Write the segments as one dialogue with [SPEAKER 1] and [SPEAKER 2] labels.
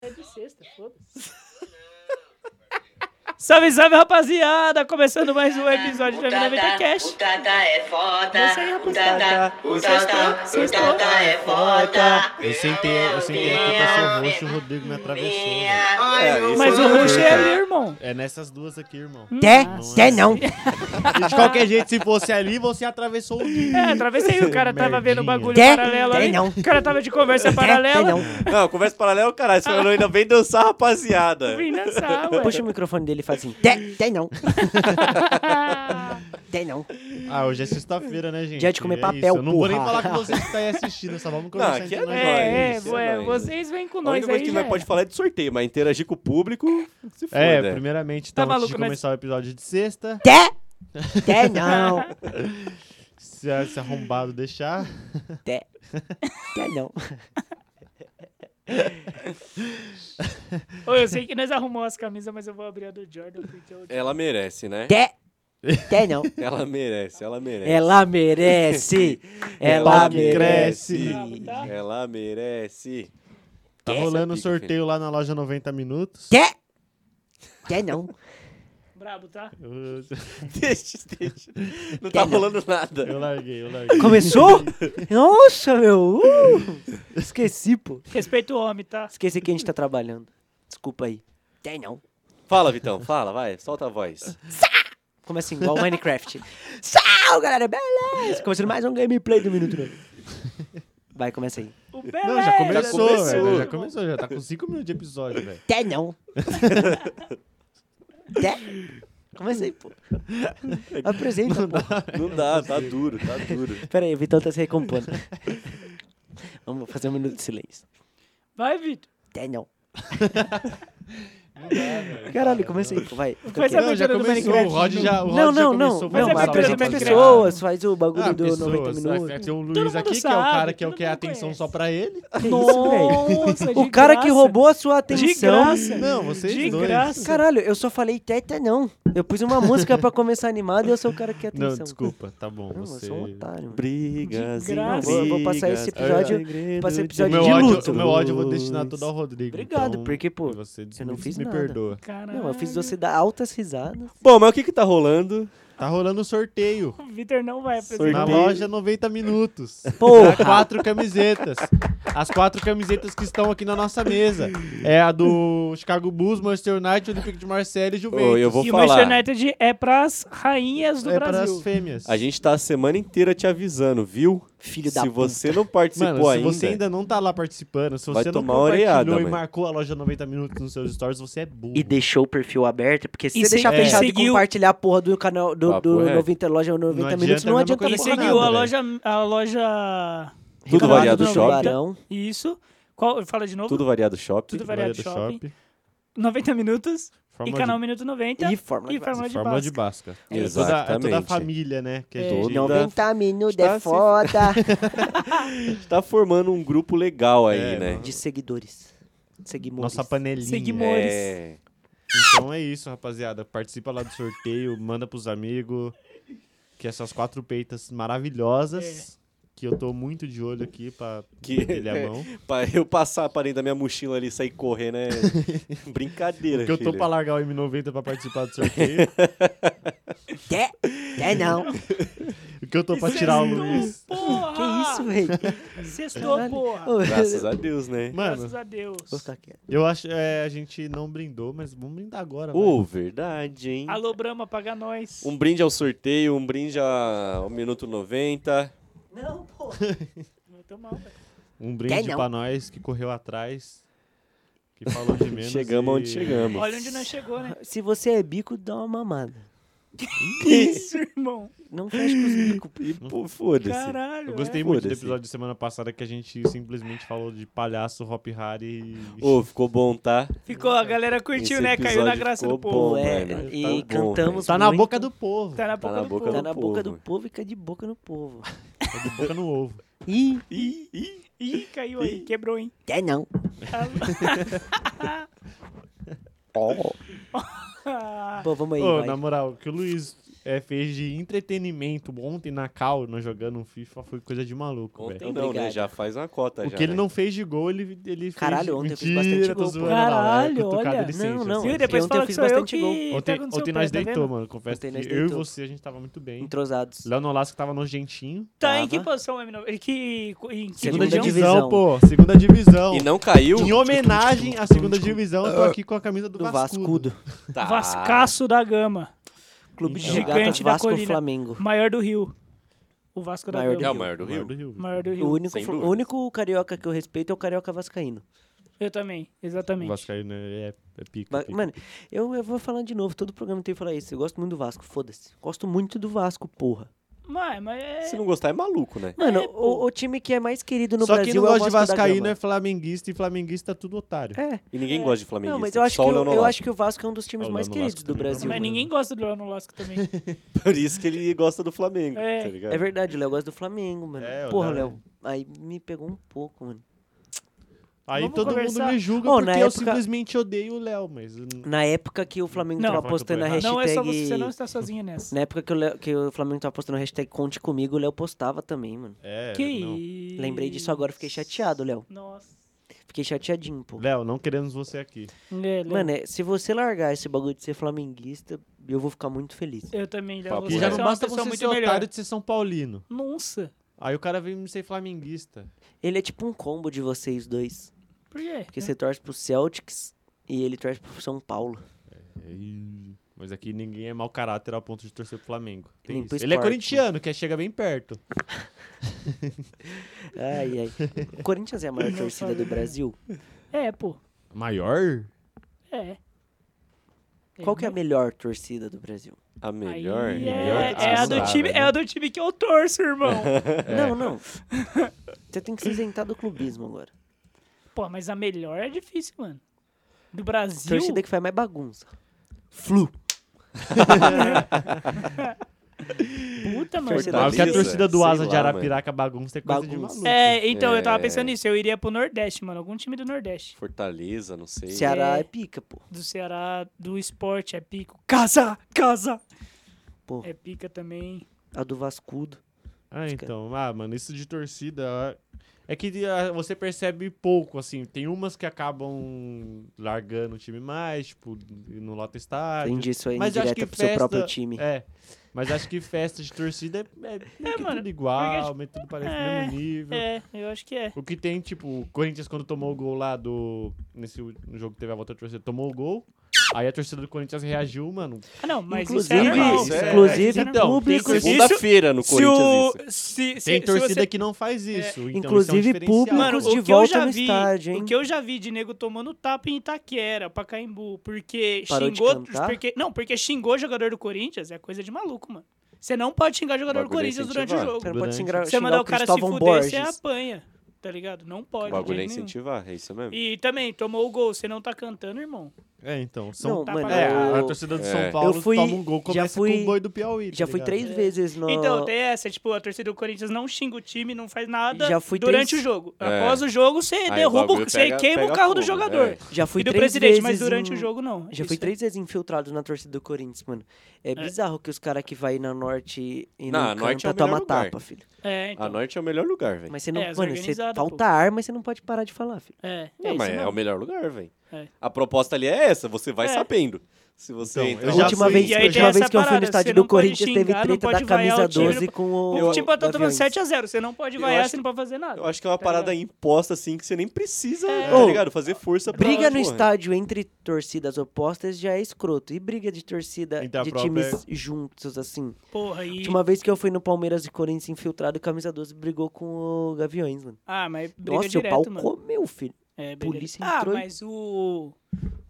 [SPEAKER 1] É sexta, foda-se.
[SPEAKER 2] Salve, salve, rapaziada! Começando mais um episódio do
[SPEAKER 3] Tata,
[SPEAKER 2] MNVT
[SPEAKER 3] O
[SPEAKER 2] Cash.
[SPEAKER 3] Tata é foda.
[SPEAKER 2] Não sei, rapaz.
[SPEAKER 3] o Tata, o Tata,
[SPEAKER 2] Sextou,
[SPEAKER 3] o Tata é foda.
[SPEAKER 4] Eu sentei, eu sentei aqui pra ser roxo e o Rodrigo me atravessou. velho.
[SPEAKER 5] Ai, meu
[SPEAKER 2] Mas o
[SPEAKER 5] Deus.
[SPEAKER 2] roxo é ali, irmão.
[SPEAKER 4] É nessas duas aqui, irmão.
[SPEAKER 6] Té,
[SPEAKER 4] Nossa.
[SPEAKER 6] té é não.
[SPEAKER 4] E de qualquer jeito, se fosse ali, você atravessou o dia.
[SPEAKER 2] É, atravessei, o cara tava vendo o
[SPEAKER 4] Merdinha.
[SPEAKER 2] bagulho
[SPEAKER 6] Tem-
[SPEAKER 2] paralelo
[SPEAKER 6] tem
[SPEAKER 2] ali.
[SPEAKER 6] não.
[SPEAKER 2] O cara tava de conversa
[SPEAKER 6] Té, té
[SPEAKER 2] paralela.
[SPEAKER 6] não.
[SPEAKER 5] Não, conversa paralela, caralho. Esse falou ainda vem dançar, rapaziada.
[SPEAKER 2] Vim dançar, ué.
[SPEAKER 6] Puxa o microfone dele e faz assim. Té, té não. Té não.
[SPEAKER 4] Ah, hoje é sexta-feira, né, gente?
[SPEAKER 6] Dia de comer
[SPEAKER 4] É
[SPEAKER 6] papel,
[SPEAKER 4] isso. Eu não vou nem
[SPEAKER 6] porra.
[SPEAKER 4] falar com vocês que tá aí assistindo, só vamos então, né,
[SPEAKER 5] Não,
[SPEAKER 4] conversar
[SPEAKER 5] aqui é
[SPEAKER 4] entre nós.
[SPEAKER 5] nóis.
[SPEAKER 2] É, é,
[SPEAKER 5] Isso,
[SPEAKER 2] ué,
[SPEAKER 5] é nóis.
[SPEAKER 2] vocês vêm com
[SPEAKER 5] A
[SPEAKER 2] nós
[SPEAKER 5] única
[SPEAKER 2] aí, né?
[SPEAKER 5] coisa que
[SPEAKER 2] já
[SPEAKER 5] nós pode
[SPEAKER 2] era.
[SPEAKER 5] falar é de sorteio, mas interagir com o público, se né? foda.
[SPEAKER 4] É, primeiramente,
[SPEAKER 2] Tá
[SPEAKER 4] então, antes
[SPEAKER 2] maluco,
[SPEAKER 4] de
[SPEAKER 2] mas-
[SPEAKER 4] começar o episódio de sexta,
[SPEAKER 6] Té, té não.
[SPEAKER 4] se se arrombado deixar, tá
[SPEAKER 6] Té, té não.
[SPEAKER 2] Ô, eu sei que nós arrumamos as camisas, mas eu vou abrir a do Jordan, porque eu...
[SPEAKER 5] Ela merece, né?
[SPEAKER 6] Té, té não.
[SPEAKER 5] Ela merece, ela merece.
[SPEAKER 6] Ela merece. Ela
[SPEAKER 4] Pau que
[SPEAKER 6] merece.
[SPEAKER 4] cresce.
[SPEAKER 5] Ela merece.
[SPEAKER 4] tá
[SPEAKER 5] é Essa
[SPEAKER 4] rolando um
[SPEAKER 5] pica,
[SPEAKER 4] sorteio lá na loja 90 Minutos.
[SPEAKER 6] Té, té não.
[SPEAKER 2] Brabo, tá?
[SPEAKER 4] Eu,
[SPEAKER 5] filho. Deixa, deixa. Não tá
[SPEAKER 6] é?
[SPEAKER 5] rolando nada.
[SPEAKER 4] eu larguei, eu larguei.
[SPEAKER 6] Começou? Nossa, meu. Uh, esqueci, pô.
[SPEAKER 2] Respeita o homem, tá?
[SPEAKER 6] Esqueci que a gente tá trabalhando. Desculpa aí. Té não.
[SPEAKER 5] Fala, Vitão, fala, vai. Solta a voz.
[SPEAKER 6] Começa assim? igual Minecraft. Sal, galera, beleza? Começando mais um gameplay do Minuto Novo. Vai, começa aí.
[SPEAKER 2] O Pelé!
[SPEAKER 4] Não, já
[SPEAKER 5] Já
[SPEAKER 4] começou,
[SPEAKER 5] começou.
[SPEAKER 4] velho. Já começou, já tá com 5 minutos de episódio, velho.
[SPEAKER 6] Até não. Até. Começa aí, pô. Apresenta, pô.
[SPEAKER 5] Não dá, tá duro, tá duro.
[SPEAKER 6] Pera aí, o Vitão tá se recompondo. Vamos fazer um minuto de silêncio.
[SPEAKER 2] Vai, Vitor.
[SPEAKER 6] Até não.
[SPEAKER 2] É,
[SPEAKER 6] Caralho,
[SPEAKER 4] assim?
[SPEAKER 6] começa aí, pô. Vai. Fica
[SPEAKER 2] Faz a
[SPEAKER 6] quieto.
[SPEAKER 4] Não, já
[SPEAKER 2] abertura do
[SPEAKER 4] começou,
[SPEAKER 2] Minecraft.
[SPEAKER 4] o Rod já, o Rod
[SPEAKER 6] Não,
[SPEAKER 4] já
[SPEAKER 6] não, não.
[SPEAKER 4] começou.
[SPEAKER 6] Não,
[SPEAKER 2] Faz a
[SPEAKER 6] mas
[SPEAKER 2] abertura do
[SPEAKER 6] apresenta as
[SPEAKER 2] Minecraft.
[SPEAKER 6] pessoas, faz o bagulho
[SPEAKER 4] Ah,
[SPEAKER 6] do 90
[SPEAKER 4] pessoas,
[SPEAKER 6] minutos.
[SPEAKER 4] é, Tem um
[SPEAKER 2] Todo
[SPEAKER 4] Luiz
[SPEAKER 2] mundo
[SPEAKER 4] aqui que é o
[SPEAKER 2] sabe,
[SPEAKER 4] cara que, é o
[SPEAKER 2] todo
[SPEAKER 4] que é
[SPEAKER 2] mundo
[SPEAKER 4] atenção
[SPEAKER 2] conhece.
[SPEAKER 4] só pra ele.
[SPEAKER 6] Que isso, velho?
[SPEAKER 2] Nossa,
[SPEAKER 6] O
[SPEAKER 2] de
[SPEAKER 6] cara que
[SPEAKER 2] graça.
[SPEAKER 6] roubou a sua
[SPEAKER 2] De
[SPEAKER 6] atenção.
[SPEAKER 2] graça.
[SPEAKER 4] Não, vocês
[SPEAKER 2] de
[SPEAKER 4] dois.
[SPEAKER 2] graça.
[SPEAKER 6] Caralho, eu só falei teta não. Eu pus uma música pra começar animado e eu sou o cara que atenção.
[SPEAKER 4] Não, desculpa, tá bom.
[SPEAKER 6] Não, eu
[SPEAKER 4] você...
[SPEAKER 6] sou um otário. mano.
[SPEAKER 5] Brigas.
[SPEAKER 2] De graça.
[SPEAKER 6] Não, eu vou- eu vou passar esse episódio- passar esse
[SPEAKER 4] O
[SPEAKER 6] episódio
[SPEAKER 4] meu,
[SPEAKER 6] de
[SPEAKER 4] ódio,
[SPEAKER 6] luto.
[SPEAKER 4] o meu ódio eu vou destinar todo ao Rodrigo.
[SPEAKER 6] Obrigado,
[SPEAKER 4] então,
[SPEAKER 6] porque, pô,
[SPEAKER 4] você des-
[SPEAKER 6] eu não
[SPEAKER 4] me-
[SPEAKER 6] fiz
[SPEAKER 4] me
[SPEAKER 6] nada.
[SPEAKER 4] perdoa.
[SPEAKER 2] Caralho.
[SPEAKER 6] Não, eu fiz você dar altas risadas.
[SPEAKER 5] Bom, mas o que que tá rolando?
[SPEAKER 4] Tá rolando um sorteio
[SPEAKER 2] O Vitor não vai
[SPEAKER 5] Sorteio.
[SPEAKER 4] na
[SPEAKER 2] apresentar.
[SPEAKER 4] loja 90 minutos.
[SPEAKER 6] Porra.
[SPEAKER 4] Pra quatro camisetas. As quatro camisetas que estão aqui na nossa mesa. É a do Chicago Bulls, Manchester United, Olympique de Marseille e Juventus.
[SPEAKER 5] Ô, eu vou
[SPEAKER 2] E o Manchester
[SPEAKER 5] falar.
[SPEAKER 2] United é pras rainhas do
[SPEAKER 4] É para as
[SPEAKER 2] Brasil.
[SPEAKER 4] fêmeas.
[SPEAKER 5] A gente tá a semana inteira te avisando, viu?
[SPEAKER 6] Filho
[SPEAKER 5] se
[SPEAKER 6] da
[SPEAKER 5] você não participou
[SPEAKER 4] Mano, se
[SPEAKER 5] ainda,
[SPEAKER 4] você ainda não tá lá participando, se
[SPEAKER 5] Vai
[SPEAKER 4] você não
[SPEAKER 5] tomar
[SPEAKER 4] compartilhou
[SPEAKER 5] uma areada,
[SPEAKER 4] e
[SPEAKER 5] mano.
[SPEAKER 4] marcou a loja 90 minutos nos seus stories, você é burro.
[SPEAKER 6] E deixou o perfil aberto, porque se
[SPEAKER 2] E
[SPEAKER 6] você
[SPEAKER 2] se-
[SPEAKER 6] deixar
[SPEAKER 4] é.
[SPEAKER 6] fechado e
[SPEAKER 2] seguiu-
[SPEAKER 6] compartilhar a porra do canal do,
[SPEAKER 5] Papo
[SPEAKER 6] do
[SPEAKER 5] reto.
[SPEAKER 6] 90 loja 90
[SPEAKER 4] Não
[SPEAKER 6] minutos,
[SPEAKER 4] adianta
[SPEAKER 6] não
[SPEAKER 4] a mesma
[SPEAKER 6] adianta
[SPEAKER 4] coisa
[SPEAKER 2] E
[SPEAKER 4] que
[SPEAKER 6] porra
[SPEAKER 2] seguiu a
[SPEAKER 4] nada,
[SPEAKER 2] loja, a loja.
[SPEAKER 4] tá
[SPEAKER 5] Tudo
[SPEAKER 2] Renato do
[SPEAKER 5] variado shopping.
[SPEAKER 6] Tubarão.
[SPEAKER 2] Isso. Qual, fala de novo.
[SPEAKER 5] Tudo variado shopping.
[SPEAKER 2] Tudo
[SPEAKER 4] Maria
[SPEAKER 2] Variado
[SPEAKER 4] do
[SPEAKER 2] Shopping. 90 minutos
[SPEAKER 4] Fórmula
[SPEAKER 2] e canal
[SPEAKER 4] de,
[SPEAKER 2] Minuto 90.
[SPEAKER 6] E Fórmula de Basca.
[SPEAKER 2] Fórmula de
[SPEAKER 4] Fórmula
[SPEAKER 2] Basca.
[SPEAKER 4] de Basca. É toda, é
[SPEAKER 5] Exatamente.
[SPEAKER 4] toda a família, né? Que a
[SPEAKER 2] É.
[SPEAKER 4] gente-
[SPEAKER 5] Não,
[SPEAKER 6] 90 minutos
[SPEAKER 5] está
[SPEAKER 6] é
[SPEAKER 5] se-
[SPEAKER 6] foda.
[SPEAKER 5] Tá formando um grupo legal aí,
[SPEAKER 4] É,
[SPEAKER 5] né?
[SPEAKER 4] mano.
[SPEAKER 6] De seguidores. Seguimos.
[SPEAKER 4] Nossa panelinha.
[SPEAKER 2] Seguimos.
[SPEAKER 5] É.
[SPEAKER 4] Então é isso, rapaziada. Participa lá do sorteio, manda pros amigos. Que essas quatro peitas
[SPEAKER 2] É.
[SPEAKER 4] maravilhosas. Que eu tô muito de olho aqui pra
[SPEAKER 5] Que-
[SPEAKER 4] meter-lhe a mão.
[SPEAKER 5] Pra eu passar para dentro da minha mochila ali e sair correndo é brincadeira,
[SPEAKER 4] Porque eu tô
[SPEAKER 5] filho.
[SPEAKER 4] pra largar o M90 pra participar do sorteio.
[SPEAKER 6] Té, té É, não.
[SPEAKER 4] o que eu tô pra
[SPEAKER 2] Sextou,
[SPEAKER 4] tirar o Luiz.
[SPEAKER 2] Porra!
[SPEAKER 6] Que isso, velho?
[SPEAKER 2] Sextou, porra.
[SPEAKER 6] Ô,
[SPEAKER 5] Graças a Deus, né?
[SPEAKER 4] Mano,
[SPEAKER 2] Graças a Deus.
[SPEAKER 6] vou ficar quieto.
[SPEAKER 4] eu acho. É, a gente não brindou, mas vamos brindar agora.
[SPEAKER 6] Uh,
[SPEAKER 5] Ô, verdade, hein?
[SPEAKER 2] Alô, Brahma, paga nós.
[SPEAKER 5] Um brinde ao sorteio, um brinde a- ao minuto 90.
[SPEAKER 6] Não, pô.
[SPEAKER 2] Eu tô mal, velho.
[SPEAKER 4] velho. Um brinde
[SPEAKER 6] não.
[SPEAKER 4] pra nós que correu atrás. Que falou de menos.
[SPEAKER 5] Chegamos
[SPEAKER 4] e-
[SPEAKER 5] onde chegamos.
[SPEAKER 2] Olha onde nós chegou, né?
[SPEAKER 6] Se você é bico, dá uma mamada.
[SPEAKER 2] Que isso, irmão.
[SPEAKER 6] Não fecha com os bicos.
[SPEAKER 5] E pô, foda-se.
[SPEAKER 2] Caralho.
[SPEAKER 4] Eu
[SPEAKER 2] é.
[SPEAKER 4] gostei muito do
[SPEAKER 5] Foda-se.
[SPEAKER 4] episódio de semana passada que a gente simplesmente falou de palhaço, Hop Harry e.
[SPEAKER 5] Ô, ficou bom, tá?
[SPEAKER 2] é. Ficou, a galera curtiu,
[SPEAKER 5] Esse
[SPEAKER 2] né? Caiu na
[SPEAKER 5] episódio
[SPEAKER 2] graça do
[SPEAKER 5] ficou
[SPEAKER 2] povo.
[SPEAKER 5] bom.
[SPEAKER 6] é,
[SPEAKER 5] mano,
[SPEAKER 6] e
[SPEAKER 5] tá bom,
[SPEAKER 6] cantamos
[SPEAKER 4] Tá na
[SPEAKER 6] muito.
[SPEAKER 4] boca do povo.
[SPEAKER 2] Tá na boca
[SPEAKER 5] na
[SPEAKER 2] do
[SPEAKER 5] boca
[SPEAKER 2] povo.
[SPEAKER 6] Tá
[SPEAKER 5] do
[SPEAKER 6] na boca do
[SPEAKER 5] povo.
[SPEAKER 6] povo e cai de boca no povo.
[SPEAKER 4] Tá de boca no ovo.
[SPEAKER 6] Ih,
[SPEAKER 5] Ih, ih.
[SPEAKER 2] Ih, caiu aí. Quebrou, hein?
[SPEAKER 6] até não.
[SPEAKER 5] Ó.
[SPEAKER 2] Ah,
[SPEAKER 6] Pô, vamos aí,
[SPEAKER 5] Tá
[SPEAKER 4] Ô,
[SPEAKER 6] vai.
[SPEAKER 2] Ah,
[SPEAKER 4] na moral, que o Luiz é, fez de entretenimento ontem na Cal, nós jogando um FIFA, foi coisa de maluco, velho.
[SPEAKER 5] Ontem não, né?
[SPEAKER 6] Obrigado.
[SPEAKER 5] Já faz uma cota
[SPEAKER 4] O
[SPEAKER 5] já.
[SPEAKER 4] que ele
[SPEAKER 5] né?
[SPEAKER 4] não fez de gol, ele, ele fez.
[SPEAKER 6] Caralho,
[SPEAKER 4] de...
[SPEAKER 6] ontem eu fiz
[SPEAKER 4] Mentira,
[SPEAKER 6] bastante
[SPEAKER 4] tô
[SPEAKER 6] gol, pô.
[SPEAKER 4] zoando, olha lá, é
[SPEAKER 2] Caralho,
[SPEAKER 4] cutucada
[SPEAKER 2] olha.
[SPEAKER 4] licença,
[SPEAKER 6] Não, não,
[SPEAKER 4] assim.
[SPEAKER 2] Viu?
[SPEAKER 6] é Ontem
[SPEAKER 2] Depois
[SPEAKER 6] eu
[SPEAKER 2] fala que
[SPEAKER 6] fiz
[SPEAKER 2] sou eu
[SPEAKER 6] bastante
[SPEAKER 2] que
[SPEAKER 6] gol.
[SPEAKER 4] Ontem,
[SPEAKER 2] pega no seu
[SPEAKER 4] ontem
[SPEAKER 2] pé,
[SPEAKER 4] nós
[SPEAKER 2] tá vendo?
[SPEAKER 4] deitou, mano. Confesso
[SPEAKER 6] Ontem
[SPEAKER 4] que
[SPEAKER 6] nós
[SPEAKER 4] eu e
[SPEAKER 6] deitou.
[SPEAKER 4] você a gente tava muito bem.
[SPEAKER 6] Entrosados.
[SPEAKER 4] Léo Nolasco tava nojentinho.
[SPEAKER 2] Tá, em que
[SPEAKER 6] Tava.
[SPEAKER 2] posição o M9? Ele que... Em que
[SPEAKER 6] Segunda
[SPEAKER 2] divisão?
[SPEAKER 6] divisão.
[SPEAKER 4] pô. Segunda divisão.
[SPEAKER 5] E não caiu?
[SPEAKER 6] Tipo,
[SPEAKER 4] Em homenagem à segunda divisão, eu tô aqui com a camisa do,
[SPEAKER 6] uh, Do
[SPEAKER 4] Vascudo.
[SPEAKER 6] Vascudo.
[SPEAKER 5] Tá.
[SPEAKER 2] Vascaço da Gama.
[SPEAKER 6] Clube de
[SPEAKER 4] Então.
[SPEAKER 6] Regata
[SPEAKER 2] Gigante da
[SPEAKER 6] Vasco
[SPEAKER 2] colina.
[SPEAKER 6] Flamengo.
[SPEAKER 2] Maior do Rio. O Vasco da
[SPEAKER 6] Maior
[SPEAKER 5] É o
[SPEAKER 2] Gama.
[SPEAKER 5] maior do Rio?
[SPEAKER 4] Do Rio.
[SPEAKER 2] Maior do
[SPEAKER 6] O
[SPEAKER 2] Rio.
[SPEAKER 6] único,
[SPEAKER 5] Sem
[SPEAKER 6] fl-
[SPEAKER 5] dúvida.
[SPEAKER 6] o único carioca que eu respeito é o carioca vascaíno.
[SPEAKER 2] Eu também, exatamente.
[SPEAKER 4] O Vascaíno é, é, é pica.
[SPEAKER 6] Va-
[SPEAKER 4] pica.
[SPEAKER 6] Mano, eu, eu vou falando de novo, todo programa tem que falar isso. Eu gosto muito do Vasco, foda-se. Gosto muito do Vasco, porra.
[SPEAKER 2] Mas, mas é...
[SPEAKER 5] Se não gostar, é maluco, né?
[SPEAKER 6] Mano,
[SPEAKER 2] É,
[SPEAKER 6] o,
[SPEAKER 2] pô.
[SPEAKER 6] o time que é mais querido no
[SPEAKER 4] Só
[SPEAKER 6] Brasil
[SPEAKER 4] quem não
[SPEAKER 6] é o
[SPEAKER 4] gosta de
[SPEAKER 6] Vasco da
[SPEAKER 4] Vascaíno
[SPEAKER 2] né?
[SPEAKER 6] Gama.
[SPEAKER 4] é flamenguista e flamenguista é tudo otário.
[SPEAKER 6] É.
[SPEAKER 5] E ninguém gosta de Flamengo.
[SPEAKER 6] Não, mas eu acho,
[SPEAKER 5] Só
[SPEAKER 6] que
[SPEAKER 5] o
[SPEAKER 6] o,
[SPEAKER 5] Leonel
[SPEAKER 6] eu
[SPEAKER 5] Lasco.
[SPEAKER 6] acho que o Vasco é um dos times
[SPEAKER 4] Ah, o
[SPEAKER 6] mais
[SPEAKER 4] Leonel
[SPEAKER 6] queridos
[SPEAKER 4] Lasco
[SPEAKER 6] do
[SPEAKER 4] também.
[SPEAKER 6] Brasil.
[SPEAKER 2] Mas
[SPEAKER 4] Mano.
[SPEAKER 2] ninguém gosta do Leonel Lasco também.
[SPEAKER 5] Por isso que ele gosta do Flamengo,
[SPEAKER 2] É.
[SPEAKER 5] tá ligado?
[SPEAKER 6] É verdade, o Léo gosta do Flamengo, mano.
[SPEAKER 4] É, o
[SPEAKER 6] Porra,
[SPEAKER 4] Léo-
[SPEAKER 6] Léo. Aí me pegou um pouco, mano.
[SPEAKER 4] Aí
[SPEAKER 2] Vamos
[SPEAKER 4] todo mundo
[SPEAKER 2] conversar.
[SPEAKER 4] me julga
[SPEAKER 6] Ô,
[SPEAKER 4] porque
[SPEAKER 6] na
[SPEAKER 4] eu
[SPEAKER 6] época-
[SPEAKER 4] simplesmente odeio o Léo, mas...
[SPEAKER 6] Na época que o Flamengo
[SPEAKER 2] Não.
[SPEAKER 6] tava
[SPEAKER 4] Vai falar que eu tô
[SPEAKER 6] postando a
[SPEAKER 4] errado.
[SPEAKER 6] hashtag.
[SPEAKER 2] Não, é só você, você não está sozinha nessa.
[SPEAKER 6] Na época que o, Léo- que o Flamengo tava postando a hashtag Conte Comigo, o Léo postava também, mano.
[SPEAKER 4] É,
[SPEAKER 2] Que
[SPEAKER 4] não.
[SPEAKER 2] isso?
[SPEAKER 6] Né, Lembrei disso agora, fiquei chateado, Léo.
[SPEAKER 2] Nossa.
[SPEAKER 6] Fiquei chateadinho, pô.
[SPEAKER 4] Léo, não queremos você aqui.
[SPEAKER 2] É, Léo.
[SPEAKER 6] Mano, é, se você largar esse bagulho de ser flamenguista, eu vou ficar muito feliz.
[SPEAKER 2] Eu também, Léo.
[SPEAKER 5] Papo
[SPEAKER 4] E
[SPEAKER 5] Você
[SPEAKER 4] já
[SPEAKER 5] é
[SPEAKER 4] não
[SPEAKER 2] uma
[SPEAKER 4] basta
[SPEAKER 2] pessoa
[SPEAKER 4] você ser otário de ser São Paulino.
[SPEAKER 2] Nossa.
[SPEAKER 4] Aí o cara vem me ser flamenguista.
[SPEAKER 6] Ele é tipo um combo de vocês dois.
[SPEAKER 2] Por quê?
[SPEAKER 6] Porque você torce pro Celtics e ele torce pro São Paulo.
[SPEAKER 4] Ei, Mas aqui ninguém é mau caráter ao ponto de torcer pro Flamengo. Tem
[SPEAKER 6] Nem pro
[SPEAKER 4] isso. Ele é
[SPEAKER 6] esporte.
[SPEAKER 4] corintiano, que chega bem perto.
[SPEAKER 6] Ai, ai. O Corinthians é a maior
[SPEAKER 2] Não
[SPEAKER 6] torcida
[SPEAKER 2] sabe,
[SPEAKER 6] do
[SPEAKER 2] né?
[SPEAKER 6] Brasil.
[SPEAKER 2] É, pô.
[SPEAKER 4] Maior?
[SPEAKER 2] É.
[SPEAKER 6] Qual que é a melhor torcida do Brasil?
[SPEAKER 5] A
[SPEAKER 2] Aí
[SPEAKER 5] melhor.
[SPEAKER 2] É,
[SPEAKER 4] melhor
[SPEAKER 2] é
[SPEAKER 4] torcida
[SPEAKER 2] a
[SPEAKER 4] do
[SPEAKER 2] do time, é
[SPEAKER 4] Brasil.
[SPEAKER 2] a do time que eu torço, irmão.
[SPEAKER 6] Não, não. Você tem que se isentar do clubismo agora.
[SPEAKER 2] Pô, mas a melhor é difícil, mano. Do Brasil.
[SPEAKER 6] Torcida que faz mais bagunça. Flu.
[SPEAKER 2] Puta, mano.
[SPEAKER 6] Torcida
[SPEAKER 4] Mas o que a
[SPEAKER 5] Isso,
[SPEAKER 4] torcida do
[SPEAKER 5] sei
[SPEAKER 4] Asa
[SPEAKER 5] lá,
[SPEAKER 4] de Arapiraca bagunça é coisa de
[SPEAKER 6] Bagunça.
[SPEAKER 4] maluco.
[SPEAKER 2] É, então, eu tava
[SPEAKER 5] É.
[SPEAKER 2] pensando nisso. Eu iria pro Nordeste, mano. Algum time do Nordeste.
[SPEAKER 5] Fortaleza, não sei.
[SPEAKER 6] Ceará
[SPEAKER 2] É.
[SPEAKER 6] é pica, pô.
[SPEAKER 2] Do Ceará, do esporte, é pico. Casa! Casa!
[SPEAKER 6] Pô.
[SPEAKER 2] É pica também.
[SPEAKER 6] A do Vascudo.
[SPEAKER 4] Ah,
[SPEAKER 6] Fica-
[SPEAKER 4] então. Ah, mano, isso de torcida. ah, É que ah, você percebe pouco, assim. Tem umas que acabam largando o time mais, tipo, no lota estádio.
[SPEAKER 6] Entendi isso aí
[SPEAKER 4] Mas eu acho
[SPEAKER 6] indireta
[SPEAKER 4] que
[SPEAKER 6] pro
[SPEAKER 4] festa,
[SPEAKER 6] seu próprio time.
[SPEAKER 4] É. Mas acho que festa de torcida é, é, meio que
[SPEAKER 2] mano,
[SPEAKER 4] tudo igual,
[SPEAKER 2] porque,
[SPEAKER 4] meio que tudo parece
[SPEAKER 2] é,
[SPEAKER 4] mesmo nível.
[SPEAKER 2] É, eu acho que é.
[SPEAKER 4] O que tem, tipo, o Corinthians quando tomou o gol lá do. Nesse u- no jogo que teve a volta da torcida, tomou o gol. Aí a torcida do Corinthians reagiu, mano.
[SPEAKER 2] Ah, não, mas
[SPEAKER 6] inclusive,
[SPEAKER 2] isso é normal.
[SPEAKER 5] isso é-
[SPEAKER 6] inclusive
[SPEAKER 2] Isso é
[SPEAKER 4] Então,
[SPEAKER 2] normal.
[SPEAKER 4] tem
[SPEAKER 6] público.
[SPEAKER 4] torcida-
[SPEAKER 5] Segunda-feira no
[SPEAKER 2] Se
[SPEAKER 5] Corinthians.
[SPEAKER 2] o.
[SPEAKER 5] isso.
[SPEAKER 2] Se, se, se
[SPEAKER 4] Tem torcida
[SPEAKER 2] você...
[SPEAKER 4] que não faz isso. Então,
[SPEAKER 6] Inclusive,
[SPEAKER 4] isso é um diferencial.
[SPEAKER 6] público-
[SPEAKER 2] Mano,
[SPEAKER 6] de
[SPEAKER 2] o que eu
[SPEAKER 6] volta
[SPEAKER 2] já
[SPEAKER 6] no
[SPEAKER 2] vi,
[SPEAKER 6] estádio, hein?
[SPEAKER 2] o que eu já vi de nego tomando tapa em Itaquera, Pacaembu, porque
[SPEAKER 6] Parou de
[SPEAKER 2] xingou,
[SPEAKER 6] cantar?
[SPEAKER 2] porque não, porque xingou o jogador do Corinthians, é coisa de maluco, mano. Você não pode xingar o jogador do
[SPEAKER 5] Bagulho é
[SPEAKER 2] Corinthians durante o
[SPEAKER 5] incentivar.
[SPEAKER 6] Você
[SPEAKER 2] jogo.
[SPEAKER 6] não pode
[SPEAKER 4] Durante-
[SPEAKER 6] xingar,
[SPEAKER 2] Você
[SPEAKER 6] xingar
[SPEAKER 2] mandar
[SPEAKER 6] o
[SPEAKER 2] o cara se
[SPEAKER 6] Cristóvão
[SPEAKER 2] fuder,
[SPEAKER 6] Borges.
[SPEAKER 2] você apanha, tá ligado? Não
[SPEAKER 5] O
[SPEAKER 2] pode. né? de
[SPEAKER 5] bagulho é
[SPEAKER 2] jeito nenhum.
[SPEAKER 5] incentivar, é isso mesmo.
[SPEAKER 2] E também, tomou o gol, você não tá cantando, irmão.
[SPEAKER 4] É, então. São...
[SPEAKER 6] Não,
[SPEAKER 2] tá
[SPEAKER 6] mano,
[SPEAKER 2] pra-
[SPEAKER 4] É,
[SPEAKER 6] eu-
[SPEAKER 4] a torcida do São
[SPEAKER 5] É.
[SPEAKER 4] Paulo
[SPEAKER 6] Eu fui-
[SPEAKER 4] toma um gol,
[SPEAKER 6] já
[SPEAKER 4] começa
[SPEAKER 6] fui-
[SPEAKER 4] com o boi do Piauí. tá
[SPEAKER 6] Já fui
[SPEAKER 4] ligado?
[SPEAKER 6] três vezes no...
[SPEAKER 2] Então, tem essa, tipo, a torcida do Corinthians não xinga o time, não faz nada
[SPEAKER 6] Já fui
[SPEAKER 2] durante
[SPEAKER 6] três-
[SPEAKER 2] o jogo.
[SPEAKER 5] É.
[SPEAKER 2] Após o jogo, você
[SPEAKER 5] Aí o
[SPEAKER 2] derruba, o-
[SPEAKER 5] bagulho
[SPEAKER 2] você
[SPEAKER 5] pega-
[SPEAKER 2] queima
[SPEAKER 5] pega
[SPEAKER 2] o carro do
[SPEAKER 5] fogo,
[SPEAKER 2] jogador.
[SPEAKER 5] é.
[SPEAKER 6] Já fui
[SPEAKER 2] E do
[SPEAKER 6] três
[SPEAKER 2] presidente, mas
[SPEAKER 6] vezes
[SPEAKER 2] durante
[SPEAKER 6] em-
[SPEAKER 2] o jogo não.
[SPEAKER 6] Já
[SPEAKER 2] Isso
[SPEAKER 6] fui
[SPEAKER 2] é-
[SPEAKER 6] três vezes infiltrado na torcida do Corinthians, mano. É, bizarro que os caras que vai na Norte e
[SPEAKER 5] Não,
[SPEAKER 6] não,
[SPEAKER 5] a
[SPEAKER 6] canta,
[SPEAKER 5] Norte é o
[SPEAKER 6] toma
[SPEAKER 5] melhor lugar.
[SPEAKER 6] tapa, filho.
[SPEAKER 2] É, então.
[SPEAKER 5] A Norte é o melhor lugar, velho.
[SPEAKER 6] Mas você não...
[SPEAKER 2] É, as
[SPEAKER 6] mano, você
[SPEAKER 2] organizadas, pô.
[SPEAKER 6] falta ar, mas você não pode parar de falar, filho.
[SPEAKER 2] É, é,
[SPEAKER 5] Não,
[SPEAKER 2] isso
[SPEAKER 5] mas é
[SPEAKER 2] mesmo.
[SPEAKER 5] o melhor lugar, velho.
[SPEAKER 2] É.
[SPEAKER 5] A proposta ali é essa, você vai
[SPEAKER 2] É.
[SPEAKER 5] sabendo. Se você
[SPEAKER 4] Então,
[SPEAKER 5] entrar
[SPEAKER 4] eu
[SPEAKER 6] A
[SPEAKER 4] já
[SPEAKER 5] lá-
[SPEAKER 6] última
[SPEAKER 4] fui.
[SPEAKER 6] vez,
[SPEAKER 2] E
[SPEAKER 6] a
[SPEAKER 2] aí tem
[SPEAKER 6] última
[SPEAKER 2] essa
[SPEAKER 6] vez que eu fui no
[SPEAKER 2] parada,
[SPEAKER 6] estádio
[SPEAKER 2] você
[SPEAKER 6] do
[SPEAKER 2] não pode
[SPEAKER 6] Corinthians, teve
[SPEAKER 2] xingar, não
[SPEAKER 6] treta da
[SPEAKER 2] pode vaiar
[SPEAKER 6] camisa
[SPEAKER 2] o time,
[SPEAKER 6] 12
[SPEAKER 2] não-
[SPEAKER 6] com o...
[SPEAKER 2] O time tá tomando
[SPEAKER 6] Gaviões.
[SPEAKER 2] 7x0, você não pode
[SPEAKER 5] Eu
[SPEAKER 2] vaiar,
[SPEAKER 5] acho
[SPEAKER 2] você não pode fazer nada.
[SPEAKER 5] Eu acho que é uma
[SPEAKER 2] Tá
[SPEAKER 5] parada
[SPEAKER 2] ligado?
[SPEAKER 5] imposta, assim, que você nem precisa,
[SPEAKER 2] É.
[SPEAKER 6] Ô,
[SPEAKER 5] tá ligado? Fazer força pra
[SPEAKER 6] Briga no
[SPEAKER 5] porra.
[SPEAKER 6] estádio entre torcidas opostas já é escroto. E briga de torcida
[SPEAKER 4] Entre a
[SPEAKER 6] de
[SPEAKER 4] própria-
[SPEAKER 6] times juntos, assim.
[SPEAKER 2] Porra, e...
[SPEAKER 6] Tinha uma vez que eu fui no Palmeiras e Corinthians infiltrado, camisa 12 brigou com o Gaviões, mano.
[SPEAKER 2] Ah, mas briga
[SPEAKER 6] Nossa,
[SPEAKER 2] direto,
[SPEAKER 6] o pau
[SPEAKER 2] mano.
[SPEAKER 6] comeu, filho.
[SPEAKER 2] É, briga
[SPEAKER 6] polícia
[SPEAKER 2] direto.
[SPEAKER 6] entrou
[SPEAKER 2] Ah,
[SPEAKER 6] e-
[SPEAKER 2] mas o...